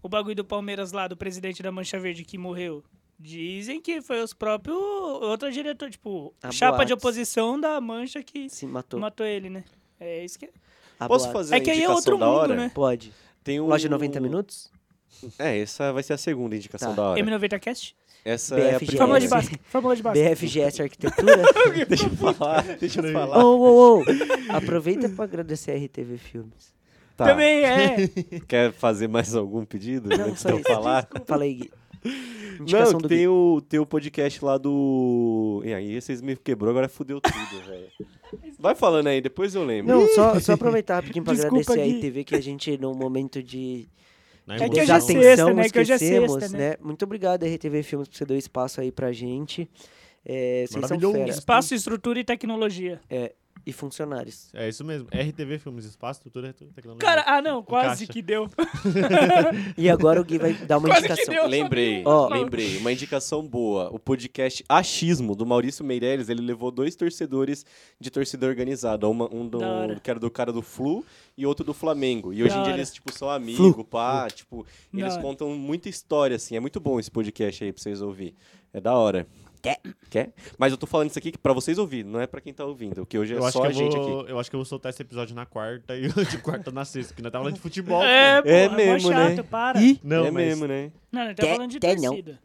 [SPEAKER 2] O bagulho do Palmeiras lá, do presidente da Mancha Verde que morreu. Dizem que foi os próprios... Outro diretor, tipo...
[SPEAKER 6] Há
[SPEAKER 2] chapa de
[SPEAKER 6] boatos.
[SPEAKER 2] oposição da Mancha que
[SPEAKER 6] Se matou.
[SPEAKER 2] matou ele, né? É isso que...
[SPEAKER 6] A
[SPEAKER 5] Posso
[SPEAKER 6] boate.
[SPEAKER 5] fazer
[SPEAKER 2] É que aí é
[SPEAKER 5] indicação
[SPEAKER 2] outro
[SPEAKER 5] da
[SPEAKER 2] mundo,
[SPEAKER 5] hora?
[SPEAKER 2] né?
[SPEAKER 6] Pode.
[SPEAKER 5] Tem um...
[SPEAKER 6] Loja 90 minutos?
[SPEAKER 5] É, essa vai ser a segunda indicação
[SPEAKER 6] Tá.
[SPEAKER 5] da hora.
[SPEAKER 2] M90 Cast?
[SPEAKER 5] Essa é a
[SPEAKER 6] BFGS.
[SPEAKER 5] primeira.
[SPEAKER 2] Fórmula de
[SPEAKER 6] é.
[SPEAKER 2] base. Fórmula de base.
[SPEAKER 6] BFGS Arquitetura?
[SPEAKER 5] Deixa eu falar, deixa eu
[SPEAKER 6] Ô,
[SPEAKER 5] falar.
[SPEAKER 6] ô, ô. Aproveita pra agradecer a RTV Filmes.
[SPEAKER 5] Tá,
[SPEAKER 2] Também é.
[SPEAKER 5] quer fazer mais algum pedido
[SPEAKER 6] Não,
[SPEAKER 5] antes
[SPEAKER 6] só
[SPEAKER 5] de eu
[SPEAKER 6] isso.
[SPEAKER 5] falar?
[SPEAKER 6] Fala aí, Gui. Indicação
[SPEAKER 5] Não,
[SPEAKER 6] do
[SPEAKER 5] que tem o, tem o podcast lá do. E aí, vocês me quebrou, agora fudeu tudo, velho. Vai falando aí, depois eu lembro.
[SPEAKER 6] Não, só, só aproveitar rapidinho pra
[SPEAKER 2] Desculpa,
[SPEAKER 6] agradecer a
[SPEAKER 2] Gui.
[SPEAKER 6] ITV que a gente, no momento de
[SPEAKER 4] Na
[SPEAKER 2] É que hoje é
[SPEAKER 4] emoção.
[SPEAKER 2] sexta.
[SPEAKER 6] desatenção,
[SPEAKER 2] né? Que hoje é sexta,
[SPEAKER 6] esquecemos,
[SPEAKER 2] né?
[SPEAKER 6] né? Muito obrigado, RTV Filmes, por você dar o espaço aí pra gente. É, vocês são
[SPEAKER 4] Maravilhoso.
[SPEAKER 6] feras.
[SPEAKER 2] Espaço, estrutura e tecnologia.
[SPEAKER 5] É.
[SPEAKER 6] E funcionários.
[SPEAKER 4] É isso mesmo. RTV, filmes, espaço, estrutura, e tecnologia.
[SPEAKER 2] Cara, ah não, quase
[SPEAKER 4] Encaixa.
[SPEAKER 2] que deu.
[SPEAKER 6] E agora o Gui vai dar uma
[SPEAKER 2] Quase que
[SPEAKER 6] indicação.
[SPEAKER 2] deu.
[SPEAKER 5] Lembrei,
[SPEAKER 6] Ó.
[SPEAKER 5] lembrei. Uma indicação boa. O podcast Achismo, do Maurício Meirelles, ele levou dois torcedores de torcida organizada. Uma- um do,
[SPEAKER 2] Da hora.
[SPEAKER 5] que era do cara do Flu e outro do Flamengo. E hoje
[SPEAKER 2] Da
[SPEAKER 5] em dia
[SPEAKER 2] hora.
[SPEAKER 5] eles, tipo, são amigos, pá, tipo...
[SPEAKER 2] Da
[SPEAKER 5] Eles
[SPEAKER 2] hora.
[SPEAKER 5] contam muita história, assim. É muito bom esse podcast aí pra vocês ouvir. É da hora.
[SPEAKER 6] Quer?
[SPEAKER 5] Quer? Mas eu tô falando isso aqui pra vocês ouvirem, não é pra quem tá ouvindo. Que hoje é
[SPEAKER 4] Eu acho,
[SPEAKER 5] só
[SPEAKER 4] que
[SPEAKER 5] a
[SPEAKER 4] eu,
[SPEAKER 5] gente aqui.
[SPEAKER 4] vou, eu acho que eu vou soltar esse episódio na quarta e o de quarta na sexta, porque nós tava falando de futebol.
[SPEAKER 2] É,
[SPEAKER 4] pô.
[SPEAKER 2] pô, é, mó
[SPEAKER 5] mesmo, né?
[SPEAKER 2] chato, para.
[SPEAKER 4] Não,
[SPEAKER 5] é
[SPEAKER 4] mas
[SPEAKER 5] mesmo, né?
[SPEAKER 2] Não, não tá
[SPEAKER 6] Té-
[SPEAKER 2] falando de
[SPEAKER 6] té não.
[SPEAKER 2] torcida.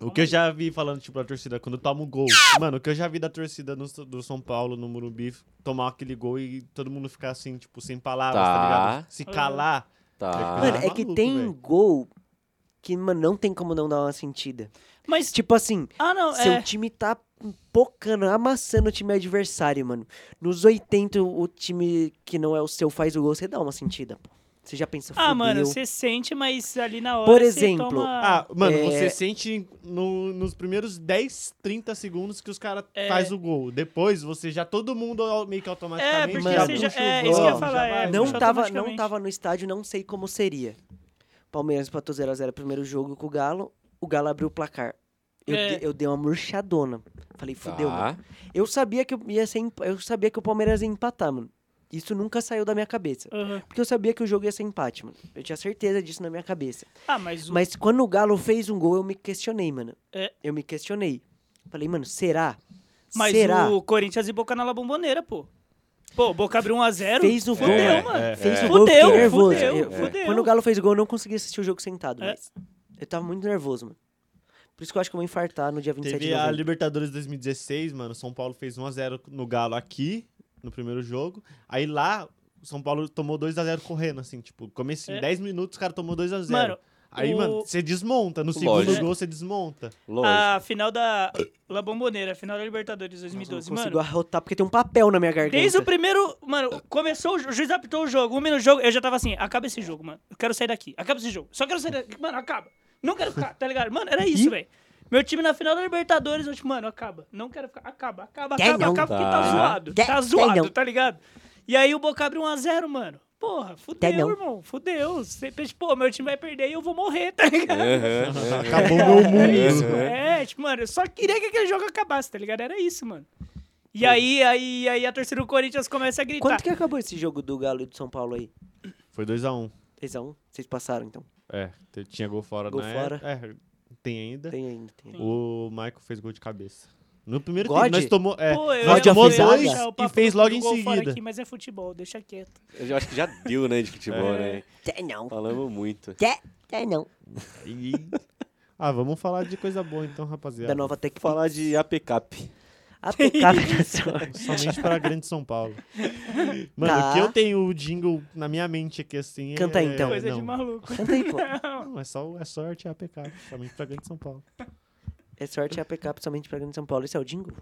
[SPEAKER 4] O que eu já vi falando, tipo, da torcida, quando toma um gol. Mano, o que eu já vi da torcida no- do São Paulo, no Murumbi, tomar aquele gol e todo mundo ficar assim, tipo, sem palavras, tá,
[SPEAKER 5] Tá.
[SPEAKER 4] ligado? Se calar.
[SPEAKER 5] Tá.
[SPEAKER 6] Mano, é
[SPEAKER 2] Ah,
[SPEAKER 4] maluco,
[SPEAKER 6] que tem
[SPEAKER 4] velho.
[SPEAKER 6] gol que, mano, não tem como não dar uma sentida.
[SPEAKER 2] Mas,
[SPEAKER 6] Tipo assim,
[SPEAKER 2] ah não,
[SPEAKER 6] seu
[SPEAKER 2] é.
[SPEAKER 6] time tá pocando, amassando o time adversário, mano. Nos 80, o time que não é o seu faz o gol, você dá uma sentida, pô. Você já pensa,
[SPEAKER 2] Ah,
[SPEAKER 6] fudeu.
[SPEAKER 2] mano, você sente, mas ali na hora
[SPEAKER 6] Por
[SPEAKER 2] você
[SPEAKER 6] exemplo,
[SPEAKER 2] toma...
[SPEAKER 4] Ah, mano,
[SPEAKER 6] É.
[SPEAKER 4] você sente no- nos primeiros 10, 30 segundos que os caras faz o gol. Depois, você já, todo mundo au- meio que
[SPEAKER 2] é,
[SPEAKER 4] automaticamente
[SPEAKER 2] porque
[SPEAKER 6] mano,
[SPEAKER 4] já
[SPEAKER 2] você
[SPEAKER 4] puxa
[SPEAKER 2] já...
[SPEAKER 4] o
[SPEAKER 2] É,
[SPEAKER 4] gol,
[SPEAKER 2] isso que eu
[SPEAKER 4] já
[SPEAKER 2] ia falar, é.
[SPEAKER 4] vai,
[SPEAKER 6] não
[SPEAKER 4] mano.
[SPEAKER 2] puxa
[SPEAKER 6] tava, não
[SPEAKER 2] automaticamente.
[SPEAKER 6] tava no estádio, não sei como seria. Palmeiras empatou 0x0 primeiro jogo com o Galo. O Galo abriu o placar. Eu,
[SPEAKER 2] É.
[SPEAKER 6] de- eu dei uma murchadona. Falei, fudeu, mano.
[SPEAKER 5] Tá.
[SPEAKER 6] Eu sabia que eu ia ser, emp- eu sabia que o Palmeiras ia empatar, mano. Isso nunca saiu da minha cabeça.
[SPEAKER 2] Aham.
[SPEAKER 6] Porque eu sabia que o jogo ia ser empate, mano. Eu tinha certeza disso na minha cabeça.
[SPEAKER 2] Ah, mas o...
[SPEAKER 6] Mas quando o Galo fez um gol, eu me questionei, mano.
[SPEAKER 2] É.
[SPEAKER 6] Eu me questionei. Falei, mano, será?
[SPEAKER 2] Mas
[SPEAKER 6] será?
[SPEAKER 2] o Corinthians e Boca na La Bomboneira, pô. Pô, o Boca abriu 1x0.
[SPEAKER 6] Fez o gol,
[SPEAKER 2] Fudeu,
[SPEAKER 4] é,
[SPEAKER 2] mano.
[SPEAKER 4] é,
[SPEAKER 6] fez
[SPEAKER 5] é.
[SPEAKER 6] o gol, eu fiquei
[SPEAKER 2] Fudeu,
[SPEAKER 6] nervoso.
[SPEAKER 2] fudeu,
[SPEAKER 6] Eu-
[SPEAKER 2] fudeu.
[SPEAKER 6] Quando o Galo fez o gol, eu não consegui assistir o jogo sentado,
[SPEAKER 2] É.
[SPEAKER 6] mas eu tava muito nervoso, mano. Por isso que eu acho que eu vou infartar no dia 27
[SPEAKER 4] Teve
[SPEAKER 6] de
[SPEAKER 4] a
[SPEAKER 6] novembro.
[SPEAKER 4] Libertadores 2016, mano. São Paulo fez 1x0 no Galo aqui, no primeiro jogo. Aí lá, o São Paulo tomou 2x0 correndo, assim, tipo, comecei
[SPEAKER 2] É.
[SPEAKER 4] em 10 minutos, o cara tomou 2x0.
[SPEAKER 2] Mano,
[SPEAKER 4] Aí,
[SPEAKER 2] o-
[SPEAKER 4] mano, você desmonta. No segundo
[SPEAKER 5] Lógico.
[SPEAKER 4] gol, você desmonta.
[SPEAKER 5] Lógico.
[SPEAKER 2] A final da La Bomboneira, a final da Libertadores 2012,
[SPEAKER 6] eu não consigo
[SPEAKER 2] mano.
[SPEAKER 6] arrotar porque tem um papel na minha garganta.
[SPEAKER 2] Desde o primeiro. Mano, começou o jogo, o juiz apitou o jogo, um minuto do jogo, eu já tava assim: acaba esse jogo, mano. Eu quero sair daqui. Acaba esse jogo. Só quero sair daqui. Mano, acaba. Não quero ficar, tá ligado? Mano, era isso, velho. Meu time na final da Libertadores, eu tipo, mano, acaba. Não quero ficar. Acaba, acaba,
[SPEAKER 6] Quer
[SPEAKER 2] acaba,
[SPEAKER 6] não.
[SPEAKER 2] acaba, porque tá
[SPEAKER 5] Tá.
[SPEAKER 2] zoado.
[SPEAKER 6] Quer-
[SPEAKER 2] Tá
[SPEAKER 6] quer
[SPEAKER 2] zoado,
[SPEAKER 6] não.
[SPEAKER 2] tá ligado? E aí o Boca abre 1x0, mano. Porra,
[SPEAKER 6] Quer
[SPEAKER 2] fudeu,
[SPEAKER 6] não.
[SPEAKER 2] irmão. Fudeu. Você pensa, pô, meu time vai perder e eu vou morrer, tá ligado?
[SPEAKER 4] É,
[SPEAKER 5] Aham, aham.
[SPEAKER 4] Acabou meu
[SPEAKER 2] É isso,
[SPEAKER 4] mundo.
[SPEAKER 5] Uhum.
[SPEAKER 2] é, tipo, mano, eu só queria que aquele jogo acabasse, tá ligado? Era isso, mano. E aí, aí, aí a torcida do Corinthians começa a gritar.
[SPEAKER 6] Quanto que acabou esse jogo do Galo e do São Paulo aí?
[SPEAKER 4] Foi 2x1.
[SPEAKER 6] 3x1? Vocês passaram, então.
[SPEAKER 4] É, t- tinha gol fora
[SPEAKER 6] Gol
[SPEAKER 4] na
[SPEAKER 6] fora.
[SPEAKER 4] época. É, tem ainda.
[SPEAKER 6] Tem ainda, tem ainda.
[SPEAKER 4] O Michael fez gol de cabeça. No primeiro
[SPEAKER 6] God?
[SPEAKER 4] tempo, nós tomou, é,
[SPEAKER 2] Pô, eu
[SPEAKER 4] nós
[SPEAKER 2] ia-
[SPEAKER 4] tomou
[SPEAKER 2] eu ia
[SPEAKER 4] dois
[SPEAKER 2] deixar o
[SPEAKER 4] e
[SPEAKER 2] papo
[SPEAKER 4] fez
[SPEAKER 2] do
[SPEAKER 4] logo em
[SPEAKER 2] gol fora
[SPEAKER 4] seguida.
[SPEAKER 2] Aqui, mas é futebol, deixa quieto.
[SPEAKER 5] Eu acho que já deu, né, de futebol, né?
[SPEAKER 6] Quer não.
[SPEAKER 5] Falamos muito.
[SPEAKER 6] Quer? Quer não.
[SPEAKER 4] E- Ah, vamos falar de coisa boa então, rapaziada.
[SPEAKER 6] Da nova Tech
[SPEAKER 5] Falar de APCAP.
[SPEAKER 6] A pecado
[SPEAKER 4] Somente para a grande São Paulo. Mano,
[SPEAKER 6] Tá.
[SPEAKER 4] o que eu tenho o jingle na minha mente aqui assim.
[SPEAKER 6] Canta
[SPEAKER 4] é...
[SPEAKER 6] aí, então.
[SPEAKER 2] Coisa
[SPEAKER 4] não.
[SPEAKER 2] de maluco.
[SPEAKER 6] Canta aí, pô.
[SPEAKER 4] Não, é só é sorte e APK. Somente pra grande São Paulo.
[SPEAKER 6] É sorte é a pecado somente pra Grande São Paulo. Esse é o jingle?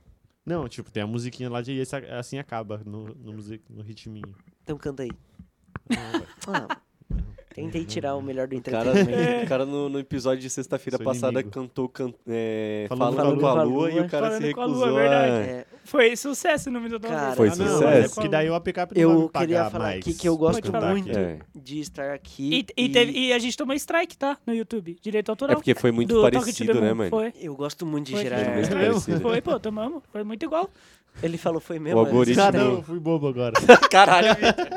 [SPEAKER 4] Não, tipo, tem a musiquinha lá de esse- assim acaba no, no, music, no ritminho.
[SPEAKER 6] Então canta aí.
[SPEAKER 4] Ah,
[SPEAKER 6] Ah, tentei tirar o melhor do
[SPEAKER 5] O cara,
[SPEAKER 6] entretenimento.
[SPEAKER 5] o cara no, no episódio de sexta-feira
[SPEAKER 4] Seu
[SPEAKER 5] passada
[SPEAKER 4] inimigo.
[SPEAKER 5] cantou can, é,
[SPEAKER 4] Falando
[SPEAKER 5] falando,
[SPEAKER 4] com
[SPEAKER 5] com
[SPEAKER 4] a
[SPEAKER 5] a
[SPEAKER 6] Lua.
[SPEAKER 5] lua e o cara se
[SPEAKER 2] Falando com a Lua,
[SPEAKER 5] recusou a...
[SPEAKER 2] verdade.
[SPEAKER 6] É,
[SPEAKER 2] Foi sucesso no minuto da
[SPEAKER 6] Cara,
[SPEAKER 2] novela.
[SPEAKER 6] Foi
[SPEAKER 5] Ah,
[SPEAKER 4] não,
[SPEAKER 5] sucesso.
[SPEAKER 4] mas é que daí o APK não vai
[SPEAKER 6] Eu
[SPEAKER 4] me pagar
[SPEAKER 6] queria falar
[SPEAKER 4] mais
[SPEAKER 6] aqui que eu gosto
[SPEAKER 4] pra cantar
[SPEAKER 6] muito
[SPEAKER 4] aqui.
[SPEAKER 5] É.
[SPEAKER 6] de estar aqui.
[SPEAKER 2] E, e teve- e a gente tomou strike, tá? No YouTube. Direito
[SPEAKER 5] É
[SPEAKER 2] autoral.
[SPEAKER 5] porque foi muito
[SPEAKER 2] Do Talk to the
[SPEAKER 5] parecido, né,
[SPEAKER 2] Moon.
[SPEAKER 5] mano?
[SPEAKER 2] Foi.
[SPEAKER 6] Eu gosto muito de
[SPEAKER 2] Foi.
[SPEAKER 6] Gerard.
[SPEAKER 5] Foi mesmo.
[SPEAKER 2] Foi,
[SPEAKER 5] parecido.
[SPEAKER 2] foi, pô, tomamos. Foi muito igual.
[SPEAKER 6] Ele falou foi mesmo.
[SPEAKER 5] O
[SPEAKER 6] né?
[SPEAKER 5] algoritmo-
[SPEAKER 4] Ah,
[SPEAKER 6] Cara,
[SPEAKER 4] não, eu fui bobo agora.
[SPEAKER 5] Caralho, Vitor.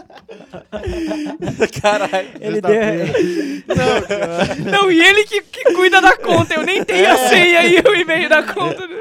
[SPEAKER 5] Caralho.
[SPEAKER 4] tá
[SPEAKER 6] Ele deu...
[SPEAKER 4] Sexta-feira.
[SPEAKER 2] Não, e ele que, que cuida da conta. Eu nem tenho a
[SPEAKER 4] É.
[SPEAKER 2] senha e o e-mail da conta. né?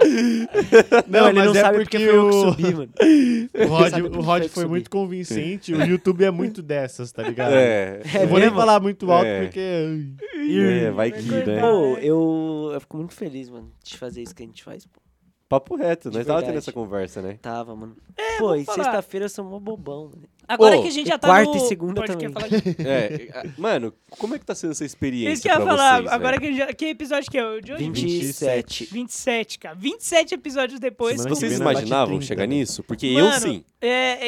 [SPEAKER 6] Não, ele
[SPEAKER 4] mas
[SPEAKER 6] não
[SPEAKER 4] é
[SPEAKER 6] sabe
[SPEAKER 4] porque
[SPEAKER 6] porque foi eu que
[SPEAKER 4] o-
[SPEAKER 6] subi, mano.
[SPEAKER 4] O Rod,
[SPEAKER 6] Sabe
[SPEAKER 4] o
[SPEAKER 6] tudo
[SPEAKER 4] Rod
[SPEAKER 6] que
[SPEAKER 4] foi
[SPEAKER 6] subir.
[SPEAKER 4] muito convincente. O YouTube é muito dessas, tá ligado?
[SPEAKER 5] É.
[SPEAKER 4] Não vou nem falar muito alto
[SPEAKER 5] É.
[SPEAKER 4] porque.
[SPEAKER 5] É, vai que, né?
[SPEAKER 6] Pô, eu... eu fico muito feliz, mano, de fazer isso que a gente faz. Pô.
[SPEAKER 5] Papo reto,
[SPEAKER 6] De
[SPEAKER 5] nós tava tendo
[SPEAKER 6] verdade.
[SPEAKER 5] essa conversa, né?
[SPEAKER 6] Tava, mano. Pô, e
[SPEAKER 2] É, falar.
[SPEAKER 6] sexta-feira eu sou mó bobão, mano.
[SPEAKER 2] Agora
[SPEAKER 5] Ô,
[SPEAKER 2] que a gente
[SPEAKER 6] e
[SPEAKER 2] já tá
[SPEAKER 6] quarta
[SPEAKER 2] no...
[SPEAKER 6] e segunda
[SPEAKER 2] Pode, quer falar
[SPEAKER 6] também.
[SPEAKER 2] disso?
[SPEAKER 5] É, a- mano, como é que tá sendo essa experiência
[SPEAKER 2] Isso que eu ia
[SPEAKER 5] pra
[SPEAKER 2] falar.
[SPEAKER 5] vocês, né?
[SPEAKER 2] agora
[SPEAKER 5] velho?
[SPEAKER 2] que a gente já... Que episódio que é? O de hoje?
[SPEAKER 6] 27.
[SPEAKER 2] 27, cara. 27 episódios depois.
[SPEAKER 4] Semana que
[SPEAKER 5] Vocês
[SPEAKER 4] vem, né?
[SPEAKER 5] imaginavam
[SPEAKER 4] Bate 30,
[SPEAKER 5] chegar
[SPEAKER 4] né?
[SPEAKER 5] nisso? Porque eu
[SPEAKER 2] Mano,
[SPEAKER 5] sim.
[SPEAKER 2] É,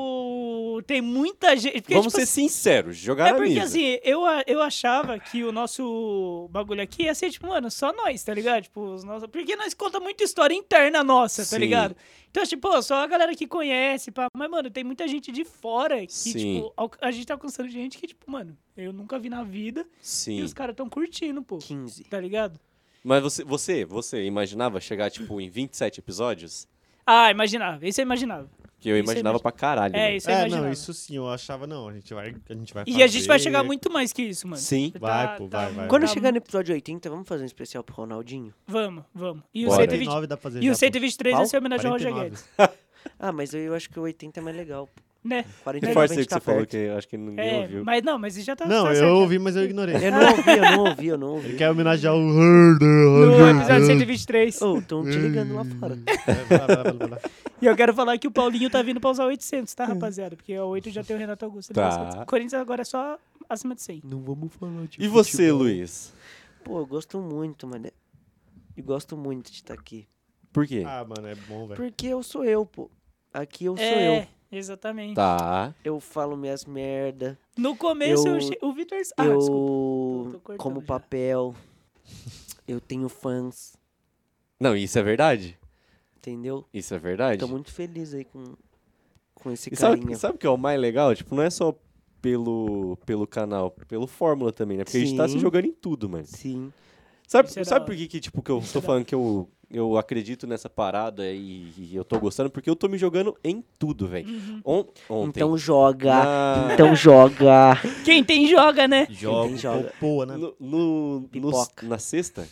[SPEAKER 2] eu... Tem muita gente... Porque,
[SPEAKER 5] Vamos
[SPEAKER 2] tipo,
[SPEAKER 5] ser sinceros, jogar
[SPEAKER 2] É
[SPEAKER 5] na
[SPEAKER 2] porque
[SPEAKER 5] mesa.
[SPEAKER 2] assim, eu, a- eu achava que o nosso bagulho aqui ia ser, tipo, mano, só nós, tá ligado? Tipo, os nossos... Porque nós conta muita história interna nossa, tá
[SPEAKER 5] Sim.
[SPEAKER 2] ligado? Então, tipo, pô, só a galera que conhece, pá. Mas, mano, tem muita gente de fora que,
[SPEAKER 5] Sim.
[SPEAKER 2] tipo, al- a gente tá alcançando gente que, tipo, mano, eu nunca vi na vida e
[SPEAKER 5] Sim.
[SPEAKER 2] os caras tão curtindo, pô.
[SPEAKER 6] 15.
[SPEAKER 2] Tá ligado?
[SPEAKER 5] Mas você, você, você imaginava chegar, tipo, em 27 episódios?
[SPEAKER 2] Ah, imaginava. Isso eu imaginava.
[SPEAKER 5] Que eu
[SPEAKER 2] Isso eu
[SPEAKER 5] imaginava
[SPEAKER 2] imagi-
[SPEAKER 5] pra caralho.
[SPEAKER 2] É,
[SPEAKER 5] né? mano.
[SPEAKER 2] isso eu
[SPEAKER 4] É,
[SPEAKER 2] imaginava.
[SPEAKER 4] não, isso sim, eu achava, não, a gente vai, a gente vai
[SPEAKER 2] E a gente vai
[SPEAKER 4] fazer.
[SPEAKER 2] chegar muito mais que isso, mano.
[SPEAKER 5] Sim.
[SPEAKER 4] Vai, pô, vai, vai.
[SPEAKER 6] Quando
[SPEAKER 2] tá
[SPEAKER 6] chegar no episódio 80, vamos fazer um especial pro Ronaldinho?
[SPEAKER 2] Vamos, vamos. E o
[SPEAKER 5] Bora.
[SPEAKER 2] 120...
[SPEAKER 4] 49 dá pra fazer.
[SPEAKER 2] E
[SPEAKER 4] já,
[SPEAKER 2] o
[SPEAKER 4] pô.
[SPEAKER 2] 123
[SPEAKER 6] Qual?
[SPEAKER 2] vai ser homenagem ao Roger
[SPEAKER 4] 49.
[SPEAKER 2] Guedes.
[SPEAKER 6] Ah, mas eu acho que o 80 é mais legal. pô.
[SPEAKER 2] Né?
[SPEAKER 6] 49
[SPEAKER 5] Reforça
[SPEAKER 6] a
[SPEAKER 5] aí o que
[SPEAKER 6] gente tá
[SPEAKER 5] você falou,
[SPEAKER 6] perto.
[SPEAKER 5] que eu acho que ninguém
[SPEAKER 2] É,
[SPEAKER 5] ouviu.
[SPEAKER 2] mas não, mas já tá.
[SPEAKER 4] Não,
[SPEAKER 2] tá
[SPEAKER 4] eu
[SPEAKER 2] certo.
[SPEAKER 4] ouvi, mas eu ignorei.
[SPEAKER 6] Eu não ouvi, eu não ouvi, eu não
[SPEAKER 4] Ele
[SPEAKER 6] ouvi.
[SPEAKER 4] quer homenagear o.
[SPEAKER 2] No episódio 123.
[SPEAKER 6] Ô, estão te ligando lá fora.
[SPEAKER 2] é.
[SPEAKER 5] Hum.
[SPEAKER 2] E eu quero falar que o Paulinho tá vindo pra usar 800, tá, rapaziada? Porque a 8 já tem o Renato Augusto. ele
[SPEAKER 5] Tá.
[SPEAKER 2] passa 800. O Corinthians agora é só acima de 100.
[SPEAKER 6] Não vamos falar de
[SPEAKER 5] E você, Luiz?
[SPEAKER 6] Pô, eu gosto muito, mano. E gosto muito de estar aqui.
[SPEAKER 5] Por quê?
[SPEAKER 4] Ah, mano, é bom, velho.
[SPEAKER 6] Porque eu sou eu, pô. Aqui eu sou
[SPEAKER 2] é,
[SPEAKER 6] eu.
[SPEAKER 2] exatamente.
[SPEAKER 5] Tá.
[SPEAKER 6] Eu falo minhas merda.
[SPEAKER 2] No começo, eu...
[SPEAKER 6] Eu-
[SPEAKER 2] che- o Vitor... Ah,
[SPEAKER 6] eu
[SPEAKER 2] desculpa. Tô- tô cortando
[SPEAKER 6] como
[SPEAKER 2] já.
[SPEAKER 6] papel. Eu tenho fãs,
[SPEAKER 5] Não, isso é verdade.
[SPEAKER 6] entendeu?
[SPEAKER 5] Isso é verdade.
[SPEAKER 6] Tô muito feliz aí com, com esse
[SPEAKER 5] E
[SPEAKER 6] carinha.
[SPEAKER 5] sabe, sabe o que é o mais legal? Tipo, não é só pelo, pelo canal, pelo Fórmula também, né? Porque a gente tá se
[SPEAKER 6] Sim.
[SPEAKER 5] jogando em tudo, mano.
[SPEAKER 6] Sim.
[SPEAKER 5] Sabe,
[SPEAKER 2] Isso é da
[SPEAKER 5] sabe
[SPEAKER 2] hora.
[SPEAKER 5] por que, que, tipo, que eu
[SPEAKER 2] é
[SPEAKER 5] tô
[SPEAKER 2] da
[SPEAKER 5] falando que eu, eu acredito nessa parada e, e eu tô gostando? Porque eu tô me jogando em tudo, velho. On- ontem. Ah.
[SPEAKER 6] Então joga.
[SPEAKER 5] na-
[SPEAKER 6] Então joga. Então
[SPEAKER 2] Quem tem, joga, né?
[SPEAKER 4] Jogo,
[SPEAKER 6] joga.
[SPEAKER 4] popoa, né?
[SPEAKER 5] no, no- no-
[SPEAKER 6] Pipoca.
[SPEAKER 5] na sexta?